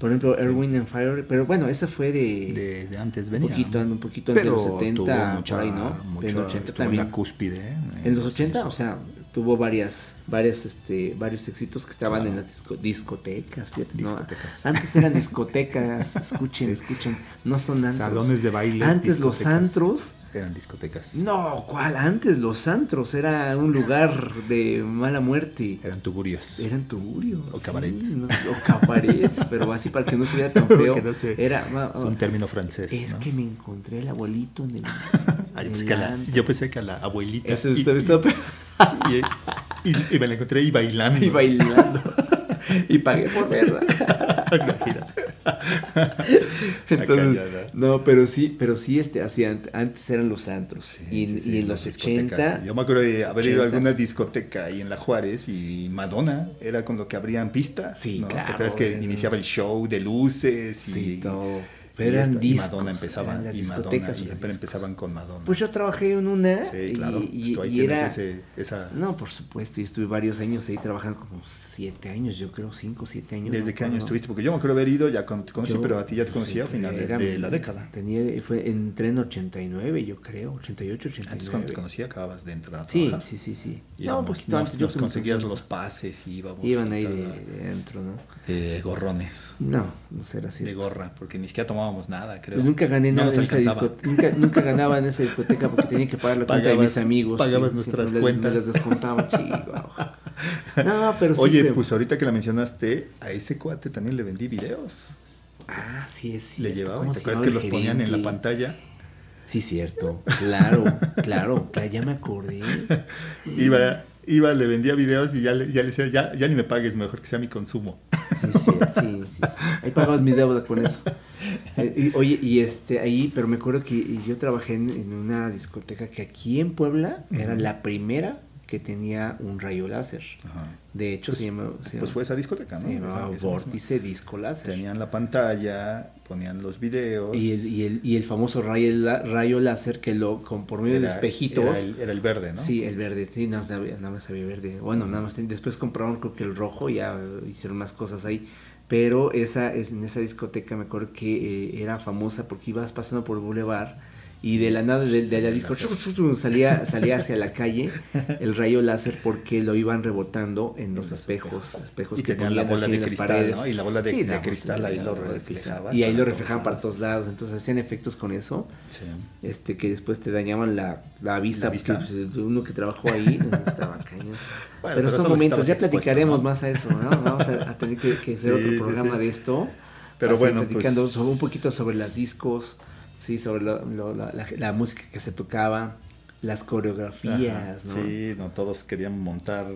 [SPEAKER 1] Por ejemplo, Erwin and Fire, pero bueno, esa fue de...
[SPEAKER 2] de, de antes
[SPEAKER 1] un
[SPEAKER 2] venía.
[SPEAKER 1] poquito, un poquito antes de
[SPEAKER 2] pero
[SPEAKER 1] los 70,
[SPEAKER 2] tuvo mucha,
[SPEAKER 1] por ahí, ¿no?
[SPEAKER 2] mucha-
[SPEAKER 1] en los 80
[SPEAKER 2] estuvo
[SPEAKER 1] también.
[SPEAKER 2] en la cúspide. ¿eh?
[SPEAKER 1] En los 80,
[SPEAKER 2] eso.
[SPEAKER 1] o sea, tuvo varias, varias, este, varios éxitos que estaban
[SPEAKER 2] Claro.
[SPEAKER 1] en las disco- discotecas, fíjate, ¿no?
[SPEAKER 2] Discotecas.
[SPEAKER 1] Antes
[SPEAKER 2] *laughs*
[SPEAKER 1] eran discotecas, escuchen,
[SPEAKER 2] Sí.
[SPEAKER 1] escuchen, no son antros.
[SPEAKER 2] Salones de baile,
[SPEAKER 1] Antes los
[SPEAKER 2] discotecas.
[SPEAKER 1] antros,
[SPEAKER 2] Eran discotecas.
[SPEAKER 1] no, ¿cuál? Antes los antros era un lugar de mala muerte.
[SPEAKER 2] Eran tugurios.
[SPEAKER 1] Eran tuburios.
[SPEAKER 2] O cabarets.
[SPEAKER 1] no, o cabarets, pero así para que no se viera
[SPEAKER 2] *laughs*
[SPEAKER 1] tan
[SPEAKER 2] Porque
[SPEAKER 1] feo.
[SPEAKER 2] no sé,
[SPEAKER 1] Era, ma-
[SPEAKER 2] es un término francés.
[SPEAKER 1] es
[SPEAKER 2] ¿no?
[SPEAKER 1] que me encontré el abuelito en el.
[SPEAKER 2] *laughs* Ah,
[SPEAKER 1] en
[SPEAKER 2] yo,
[SPEAKER 1] el
[SPEAKER 2] pensé que a la,
[SPEAKER 1] antro.
[SPEAKER 2] yo pensé que a la abuelita.
[SPEAKER 1] Eso
[SPEAKER 2] y-
[SPEAKER 1] está- está peor.
[SPEAKER 2] y, y- y me la encontré y
[SPEAKER 1] *laughs*
[SPEAKER 2] bailando.
[SPEAKER 1] y
[SPEAKER 2] *laughs*
[SPEAKER 1] bailando. y pagué por verla. Entonces,
[SPEAKER 2] callada.
[SPEAKER 1] no, pero sí, pero sí este hacían antes eran los antros
[SPEAKER 2] Sí,
[SPEAKER 1] y, en-
[SPEAKER 2] sí, sí,
[SPEAKER 1] y en
[SPEAKER 2] las
[SPEAKER 1] los
[SPEAKER 2] discotecas.
[SPEAKER 1] 80
[SPEAKER 2] Yo me acuerdo de haber ido a
[SPEAKER 1] 80.
[SPEAKER 2] alguna discoteca y en la Juárez y Madonna era con lo que abrían pistas.
[SPEAKER 1] Sí,
[SPEAKER 2] ¿no?
[SPEAKER 1] claro,
[SPEAKER 2] ¿Te acuerdas que
[SPEAKER 1] era-
[SPEAKER 2] iniciaba el show de luces y,
[SPEAKER 1] sí, todo.
[SPEAKER 2] y
[SPEAKER 1] Pero eran
[SPEAKER 2] esta- y
[SPEAKER 1] discos,
[SPEAKER 2] Madonna empezaba
[SPEAKER 1] eran las
[SPEAKER 2] y Madonna
[SPEAKER 1] discotecas,
[SPEAKER 2] y
[SPEAKER 1] o las
[SPEAKER 2] siempre
[SPEAKER 1] discos.
[SPEAKER 2] empezaban con Madonna.
[SPEAKER 1] Pues yo trabajé en una
[SPEAKER 2] sí,
[SPEAKER 1] y,
[SPEAKER 2] claro. pues
[SPEAKER 1] y-
[SPEAKER 2] tú ahí
[SPEAKER 1] y
[SPEAKER 2] tienes
[SPEAKER 1] era
[SPEAKER 2] ese- esa
[SPEAKER 1] no, por supuesto, y estuve varios años ahí trabajando como siete años, yo creo cinco, siete años. no
[SPEAKER 2] ¿Desde qué
[SPEAKER 1] me
[SPEAKER 2] año
[SPEAKER 1] acuerdo.
[SPEAKER 2] estuviste? Porque yo me acuerdo haber ido ya cuando te conocí,
[SPEAKER 1] Yo,
[SPEAKER 2] pero a ti ya
[SPEAKER 1] pues,
[SPEAKER 2] te conocía a
[SPEAKER 1] siempre
[SPEAKER 2] finales
[SPEAKER 1] era-
[SPEAKER 2] de la década.
[SPEAKER 1] Tenía fue entré en 89, yo creo, 88, 89.
[SPEAKER 2] Antes cuando te conocí acababas de entrar a
[SPEAKER 1] Sí,
[SPEAKER 2] trabajar.
[SPEAKER 1] sí, sí, sí.
[SPEAKER 2] Y no, pues
[SPEAKER 1] poquito antes, yo
[SPEAKER 2] nos
[SPEAKER 1] creo que
[SPEAKER 2] conseguías
[SPEAKER 1] nosotros
[SPEAKER 2] los pases y íbamos
[SPEAKER 1] Iban
[SPEAKER 2] a
[SPEAKER 1] ahí de,
[SPEAKER 2] cada-
[SPEAKER 1] de antro, ¿no?
[SPEAKER 2] de gorrones.
[SPEAKER 1] No, no será así.
[SPEAKER 2] de gorra, porque ni siquiera tomábamos nada, creo.
[SPEAKER 1] Yo nunca gané
[SPEAKER 2] No
[SPEAKER 1] nada
[SPEAKER 2] nos
[SPEAKER 1] en esa
[SPEAKER 2] alcanzaba.
[SPEAKER 1] discoteca. Nunca, nunca ganaba en esa discoteca porque tenía que pagar la cuenta de
[SPEAKER 2] Pagabas-
[SPEAKER 1] mis amigos.
[SPEAKER 2] pagabas
[SPEAKER 1] sí,
[SPEAKER 2] nuestras
[SPEAKER 1] sí, me las-
[SPEAKER 2] cuentas.
[SPEAKER 1] Me las descontaba, chihuahua.
[SPEAKER 2] *laughs*
[SPEAKER 1] No, pero sí.
[SPEAKER 2] Oye,
[SPEAKER 1] pero-
[SPEAKER 2] pues ahorita que la mencionaste, a ese cuate también le vendí videos.
[SPEAKER 1] Ah, sí, es cierto.
[SPEAKER 2] le llevaba,
[SPEAKER 1] ¿cómo se
[SPEAKER 2] ¿te acuerdas
[SPEAKER 1] llamaba
[SPEAKER 2] que
[SPEAKER 1] el
[SPEAKER 2] los ponían en la
[SPEAKER 1] gerente?
[SPEAKER 2] pantalla?
[SPEAKER 1] Sí, cierto. Claro, claro. claro, Ya me acordé. Mm.
[SPEAKER 2] Iba, iba, le vendía videos y ya le, ya le decía, ya, ya ni me pagues, mejor que sea mi consumo.
[SPEAKER 1] Sí, sí, sí, sí, sí. Ahí pagabas mi deuda con eso. Eh, y- oye, y este, ahí, pero me acuerdo que y yo trabajé en, en una discoteca que aquí en Puebla era la primera que tenía un rayo láser. De hecho, se llamaba, se
[SPEAKER 2] *laughs* Pues
[SPEAKER 1] llamaba-
[SPEAKER 2] fue esa discoteca, ¿no?
[SPEAKER 1] se llamaba
[SPEAKER 2] Esa- esa misma.
[SPEAKER 1] Vórtice Disco Láser.
[SPEAKER 2] Tenían la pantalla, ponían los videos.
[SPEAKER 1] Y el, y, el, y el famoso rayo, la- rayo láser que lo, con, por medio de
[SPEAKER 2] Era-
[SPEAKER 1] espejitos.
[SPEAKER 2] Era el, era el verde, ¿no?
[SPEAKER 1] Sí, el verde, sí, nada más, había- nada más había verde. Bueno, nada más, ten- después compraron creo que el rojo, ya eh, hicieron más cosas ahí. Pero esa, es, en esa discoteca me acuerdo que eh, era famosa porque ibas pasando por Boulevard y de la nada de, de la disco chu, chu, chu, salía, salía hacia la calle el rayo láser porque lo iban rebotando en los,
[SPEAKER 2] los
[SPEAKER 1] espejos. espejos
[SPEAKER 2] Y tenían la
[SPEAKER 1] ponían
[SPEAKER 2] bola
[SPEAKER 1] así
[SPEAKER 2] de
[SPEAKER 1] en las
[SPEAKER 2] cristal,
[SPEAKER 1] paredes.
[SPEAKER 2] ¿no? Y la bola de- de
[SPEAKER 1] la bolsa-
[SPEAKER 2] cristal ahí
[SPEAKER 1] la
[SPEAKER 2] lo
[SPEAKER 1] bola de cristal.
[SPEAKER 2] reflejaba
[SPEAKER 1] Y ahí
[SPEAKER 2] para
[SPEAKER 1] lo
[SPEAKER 2] todos
[SPEAKER 1] reflejaban para
[SPEAKER 2] lados.
[SPEAKER 1] todos lados, entonces hacían efectos con eso
[SPEAKER 2] Sí.
[SPEAKER 1] este que después te dañaban la, la vista,
[SPEAKER 2] La vista.
[SPEAKER 1] porque pues, uno que trabajó
[SPEAKER 2] *laughs*
[SPEAKER 1] ahí pues, estaba cañón. pero,
[SPEAKER 2] pero
[SPEAKER 1] son
[SPEAKER 2] solo
[SPEAKER 1] momentos,
[SPEAKER 2] estabas
[SPEAKER 1] ya
[SPEAKER 2] expuesto,
[SPEAKER 1] platicaremos
[SPEAKER 2] ¿no?
[SPEAKER 1] más a eso, ¿no? Vamos a, a tener que, que hacer
[SPEAKER 2] Sí, sí,
[SPEAKER 1] otro programa
[SPEAKER 2] sí.
[SPEAKER 1] de esto.
[SPEAKER 2] Pero
[SPEAKER 1] Para seguir
[SPEAKER 2] bueno,
[SPEAKER 1] platicando
[SPEAKER 2] pues-
[SPEAKER 1] sobre- un poquito sobre las discos, sí, sobre lo- lo- la, la- la música que se tocaba, las coreografías,
[SPEAKER 2] Ajá,
[SPEAKER 1] ¿no?
[SPEAKER 2] Sí, no todos querían montar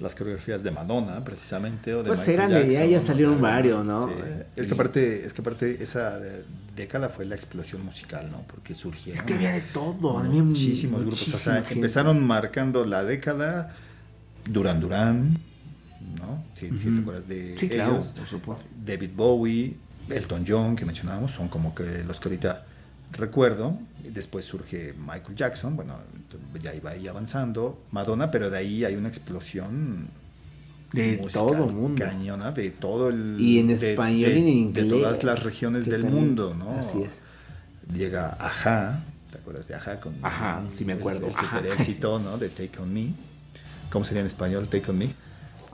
[SPEAKER 2] las coreografías de Madonna, precisamente, o de
[SPEAKER 1] Pues
[SPEAKER 2] Michael
[SPEAKER 1] eran de-
[SPEAKER 2] Jackson,
[SPEAKER 1] ya- ya
[SPEAKER 2] o
[SPEAKER 1] salieron
[SPEAKER 2] de-
[SPEAKER 1] varios, ¿no?
[SPEAKER 2] sí.
[SPEAKER 1] Eh,
[SPEAKER 2] Es
[SPEAKER 1] y-
[SPEAKER 2] que aparte, es que aparte esa de- década fue la explosión musical, ¿no? Porque surgieron
[SPEAKER 1] Es que había de todo, había
[SPEAKER 2] muchísimos Ah, grupos. O sea,
[SPEAKER 1] muchísima gente.
[SPEAKER 2] empezaron marcando la década Duran Duran, ¿no? Si, si te acuerdas de
[SPEAKER 1] Sí,
[SPEAKER 2] ellos.
[SPEAKER 1] claro, por supuesto.
[SPEAKER 2] David Bowie, Elton John, que mencionábamos, son como que los que ahorita recuerdo. Después surge Michael Jackson, bueno, ya iba ahí avanzando. Madonna, pero de ahí hay una explosión
[SPEAKER 1] De
[SPEAKER 2] musical
[SPEAKER 1] todo mundo.
[SPEAKER 2] cañona, de todo el.
[SPEAKER 1] Y en
[SPEAKER 2] de-
[SPEAKER 1] español
[SPEAKER 2] de-
[SPEAKER 1] y en inglés.
[SPEAKER 2] De todas las regiones
[SPEAKER 1] que
[SPEAKER 2] del
[SPEAKER 1] también-
[SPEAKER 2] mundo, ¿no?
[SPEAKER 1] Así es.
[SPEAKER 2] Llega Ajá, ¿te acuerdas de Ajá? Con
[SPEAKER 1] Ajá,
[SPEAKER 2] con
[SPEAKER 1] sí me
[SPEAKER 2] el-
[SPEAKER 1] acuerdo,
[SPEAKER 2] El,
[SPEAKER 1] Ajá.
[SPEAKER 2] super éxito, ¿no? De Take On Me. ¿Cómo sería en español Take On Me?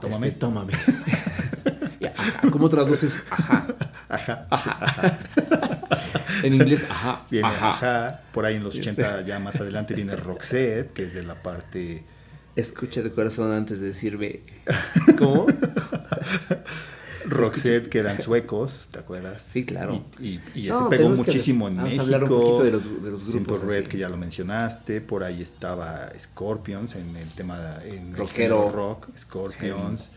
[SPEAKER 2] Tómame.
[SPEAKER 1] Este, tómame. Ya, ajá. ¿Cómo traduces? Ajá.
[SPEAKER 2] Ajá.
[SPEAKER 1] En inglés, ajá.
[SPEAKER 2] Viene
[SPEAKER 1] ajá.
[SPEAKER 2] ajá. Por ahí en los 80, ya más adelante, viene Roxette, que es de la parte.
[SPEAKER 1] Escucha tu corazón antes de decir ve. ¿Cómo?
[SPEAKER 2] *laughs* Roxette, que eran suecos, ¿te acuerdas?
[SPEAKER 1] Sí, claro.
[SPEAKER 2] Y, y- y
[SPEAKER 1] No,
[SPEAKER 2] se pegó
[SPEAKER 1] tenemos que-
[SPEAKER 2] muchísimo en
[SPEAKER 1] vamos a
[SPEAKER 2] México.
[SPEAKER 1] hablar un poquito de los- de los
[SPEAKER 2] Simple
[SPEAKER 1] grupos,
[SPEAKER 2] Red,
[SPEAKER 1] así.
[SPEAKER 2] que ya lo mencionaste. Por ahí estaba Scorpions en el tema. En el
[SPEAKER 1] Rockero.
[SPEAKER 2] género rock, Scorpions.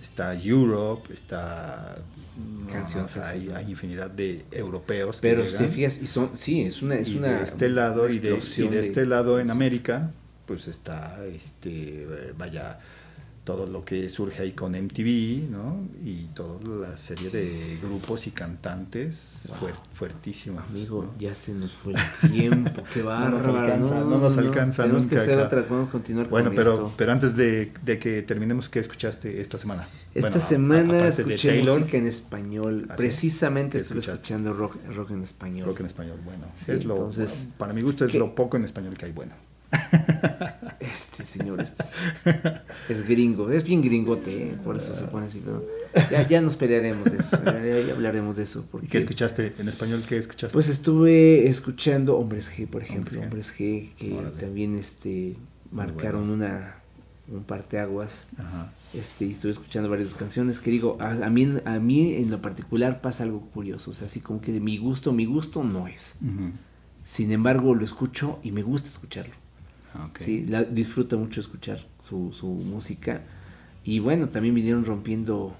[SPEAKER 2] Está Europe, está. no,
[SPEAKER 1] Canciones,
[SPEAKER 2] o sea, hay, hay infinidad de europeos. que
[SPEAKER 1] Pero si
[SPEAKER 2] llegan.
[SPEAKER 1] te fijas, y son, sí, es una, es
[SPEAKER 2] y
[SPEAKER 1] una
[SPEAKER 2] de este lado y de, y
[SPEAKER 1] explosión
[SPEAKER 2] de este lado en América pues está este eh, vaya todo lo que surge ahí con MTV no y toda la serie de grupos y cantantes fuer- fuertísimos
[SPEAKER 1] Amigo,
[SPEAKER 2] ¿no?
[SPEAKER 1] ya se nos fue el tiempo,
[SPEAKER 2] *laughs*
[SPEAKER 1] qué bárbaro.
[SPEAKER 2] alcanza, no nos alcanza
[SPEAKER 1] Tenemos que
[SPEAKER 2] nunca
[SPEAKER 1] hacer
[SPEAKER 2] acá.
[SPEAKER 1] otra, vamos a continuar
[SPEAKER 2] bueno
[SPEAKER 1] con
[SPEAKER 2] pero
[SPEAKER 1] esto.
[SPEAKER 2] pero antes de, de que terminemos qué escuchaste esta semana
[SPEAKER 1] Esta
[SPEAKER 2] Bueno, a- a-
[SPEAKER 1] semana
[SPEAKER 2] aparte de
[SPEAKER 1] escuché
[SPEAKER 2] Taylor
[SPEAKER 1] música en español.
[SPEAKER 2] Así es.
[SPEAKER 1] Precisamente
[SPEAKER 2] ¿Qué
[SPEAKER 1] estuve
[SPEAKER 2] escuchaste?
[SPEAKER 1] escuchando rock, rock en español.
[SPEAKER 2] creo que en español bueno
[SPEAKER 1] Sí,
[SPEAKER 2] es lo
[SPEAKER 1] entonces,
[SPEAKER 2] para mi gusto es
[SPEAKER 1] ¿qué?
[SPEAKER 2] lo poco en español que hay bueno
[SPEAKER 1] Este señor este, es gringo, es bien gringote, eh, por eso se pone así, pero ya, ya nos pelearemos de eso, ya, ya hablaremos de eso.
[SPEAKER 2] y
[SPEAKER 1] Porque,
[SPEAKER 2] qué escuchaste en español qué escuchaste
[SPEAKER 1] Pues estuve escuchando Hombres G, por ejemplo,
[SPEAKER 2] Hombres
[SPEAKER 1] Hombres G, que
[SPEAKER 2] Órale.
[SPEAKER 1] también este, marcaron una, un parteaguas.
[SPEAKER 2] Ajá.
[SPEAKER 1] Este, y estuve escuchando varias canciones que digo, a, a mí, a mí en lo particular pasa algo curioso, o sea, así como que de mi gusto, mi gusto no es.
[SPEAKER 2] Ujú.
[SPEAKER 1] Sin embargo, lo escucho y me gusta escucharlo.
[SPEAKER 2] Ah, ok.
[SPEAKER 1] Sí, la- disfruto mucho escuchar su, su música. Y bueno, también vinieron rompiendo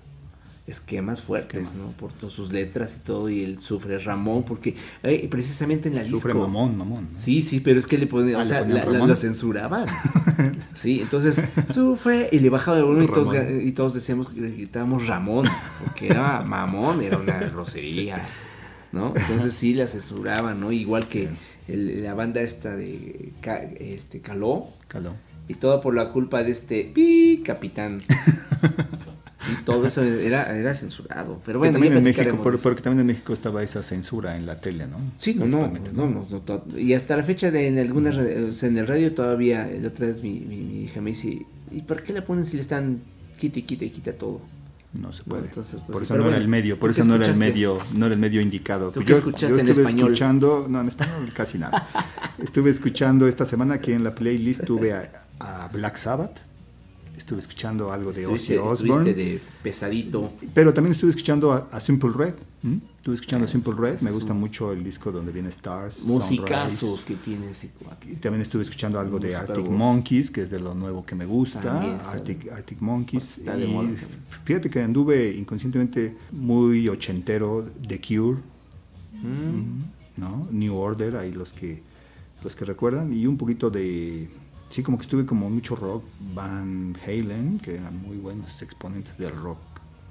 [SPEAKER 1] esquemas fuertes,
[SPEAKER 2] Esquemas.
[SPEAKER 1] ¿no? Por todas sus letras y todo, y el sufre Ramón, porque eh, precisamente en la
[SPEAKER 2] Sufre
[SPEAKER 1] disco-
[SPEAKER 2] mamón, mamón. ¿no?
[SPEAKER 1] Sí, sí, pero es que le ponían,
[SPEAKER 2] Ah,
[SPEAKER 1] o
[SPEAKER 2] ¿le
[SPEAKER 1] sea,
[SPEAKER 2] ponían
[SPEAKER 1] la- la-
[SPEAKER 2] Ramón?
[SPEAKER 1] lo
[SPEAKER 2] *laughs*
[SPEAKER 1] censuraban. sí, entonces sufre y le bajaba el volumen y todos,
[SPEAKER 2] Ramón.
[SPEAKER 1] ga- y todos decíamos, gritábamos Ramón, porque era mamón, era una grosería, ¿no? Entonces sí la censuraban, ¿no? Igual que el- la banda esta de Ca- este Caló
[SPEAKER 2] Caló.
[SPEAKER 1] y todo por la culpa de este pi
[SPEAKER 2] *laughs*
[SPEAKER 1] capitán. Sí, todo eso era, era censurado, pero bueno,
[SPEAKER 2] Que también
[SPEAKER 1] ya
[SPEAKER 2] en México,
[SPEAKER 1] platicaremos
[SPEAKER 2] por-
[SPEAKER 1] de eso.
[SPEAKER 2] porque también en México estaba esa censura en la tele, ¿no?
[SPEAKER 1] Sí, no, no,
[SPEAKER 2] Principalmente,
[SPEAKER 1] no, no, no, to- y hasta la fecha de en algunas ra- o sea, en el radio todavía, la otra vez mi, mi, mi hija me dice, ¿y por qué la ponen si le están quita y quita y quita todo?
[SPEAKER 2] No se puede.
[SPEAKER 1] No, entonces, pues,
[SPEAKER 2] por
[SPEAKER 1] sí,
[SPEAKER 2] eso
[SPEAKER 1] pero
[SPEAKER 2] no era
[SPEAKER 1] bueno,
[SPEAKER 2] el medio, por
[SPEAKER 1] ¿tú qué
[SPEAKER 2] eso no era el
[SPEAKER 1] escuchaste?
[SPEAKER 2] medio, no era el medio indicado.
[SPEAKER 1] ¿Tú
[SPEAKER 2] Pues
[SPEAKER 1] qué escuchaste en
[SPEAKER 2] estuve
[SPEAKER 1] español?
[SPEAKER 2] escuchando, no, en español casi nada. estuve escuchando esta semana que en la playlist tuve a, a Black Sabbath. Estuve escuchando algo de Ozzy
[SPEAKER 1] Este, Estuviste,
[SPEAKER 2] Osbourne.
[SPEAKER 1] estuviste de pesadito.
[SPEAKER 2] Pero también estuve escuchando a, a Simple Red. ¿m? Estuve escuchando a
[SPEAKER 1] Ah,
[SPEAKER 2] Simple Red. Me
[SPEAKER 1] es
[SPEAKER 2] gusta mucho el disco donde viene Stars.
[SPEAKER 1] Musicazos
[SPEAKER 2] Sunrise.
[SPEAKER 1] que tiene ese cuate.
[SPEAKER 2] Y también estuve escuchando algo de
[SPEAKER 1] Música
[SPEAKER 2] Arctic
[SPEAKER 1] voz.
[SPEAKER 2] Monkeys, que es de lo nuevo que me
[SPEAKER 1] También
[SPEAKER 2] gusta.
[SPEAKER 1] está
[SPEAKER 2] Arctic, Arctic Monkeys.
[SPEAKER 1] está de
[SPEAKER 2] pues, Y
[SPEAKER 1] moda también.
[SPEAKER 2] fíjate que anduve inconscientemente muy ochentero, The Cure,
[SPEAKER 1] Mm.
[SPEAKER 2] ¿no? New Order, ahí los que, los que recuerdan. Y un poquito de. Sí, como que estuve como mucho rock, Van Halen, que eran muy buenos exponentes del rock,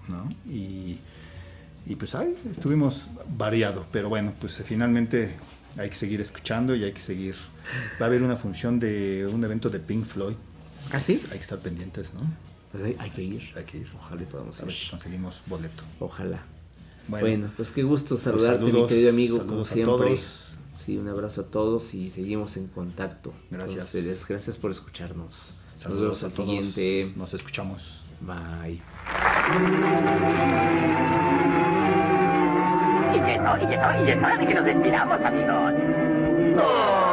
[SPEAKER 2] ¿no? Y. Y pues ahí estuvimos variado, pero bueno, pues eh, finalmente hay que seguir escuchando y hay que seguir. Va a haber una función de un evento de Pink Floyd,
[SPEAKER 1] ¿Ah, sí?
[SPEAKER 2] hay que estar pendientes, ¿no?
[SPEAKER 1] Pues hay, hay que ir.
[SPEAKER 2] Hay que ir.
[SPEAKER 1] Ojalá y podamos
[SPEAKER 2] A ver si
[SPEAKER 1] ir.
[SPEAKER 2] conseguimos boleto.
[SPEAKER 1] Ojalá.
[SPEAKER 2] Bueno,
[SPEAKER 1] Bueno, pues qué gusto saludarte, mi
[SPEAKER 2] saludos,
[SPEAKER 1] querido amigo, como
[SPEAKER 2] saludos a
[SPEAKER 1] siempre.
[SPEAKER 2] todos.
[SPEAKER 1] Sí, un abrazo a todos y seguimos en contacto.
[SPEAKER 2] Gracias.
[SPEAKER 1] Con ustedes. Gracias por escucharnos.
[SPEAKER 2] saludos a
[SPEAKER 1] Nos
[SPEAKER 2] todos.
[SPEAKER 1] vemos al siguiente.
[SPEAKER 2] Nos escuchamos.
[SPEAKER 1] Bye.
[SPEAKER 3] Y eso, y eso, y eso es que nos despidamos, amigos. ¡No!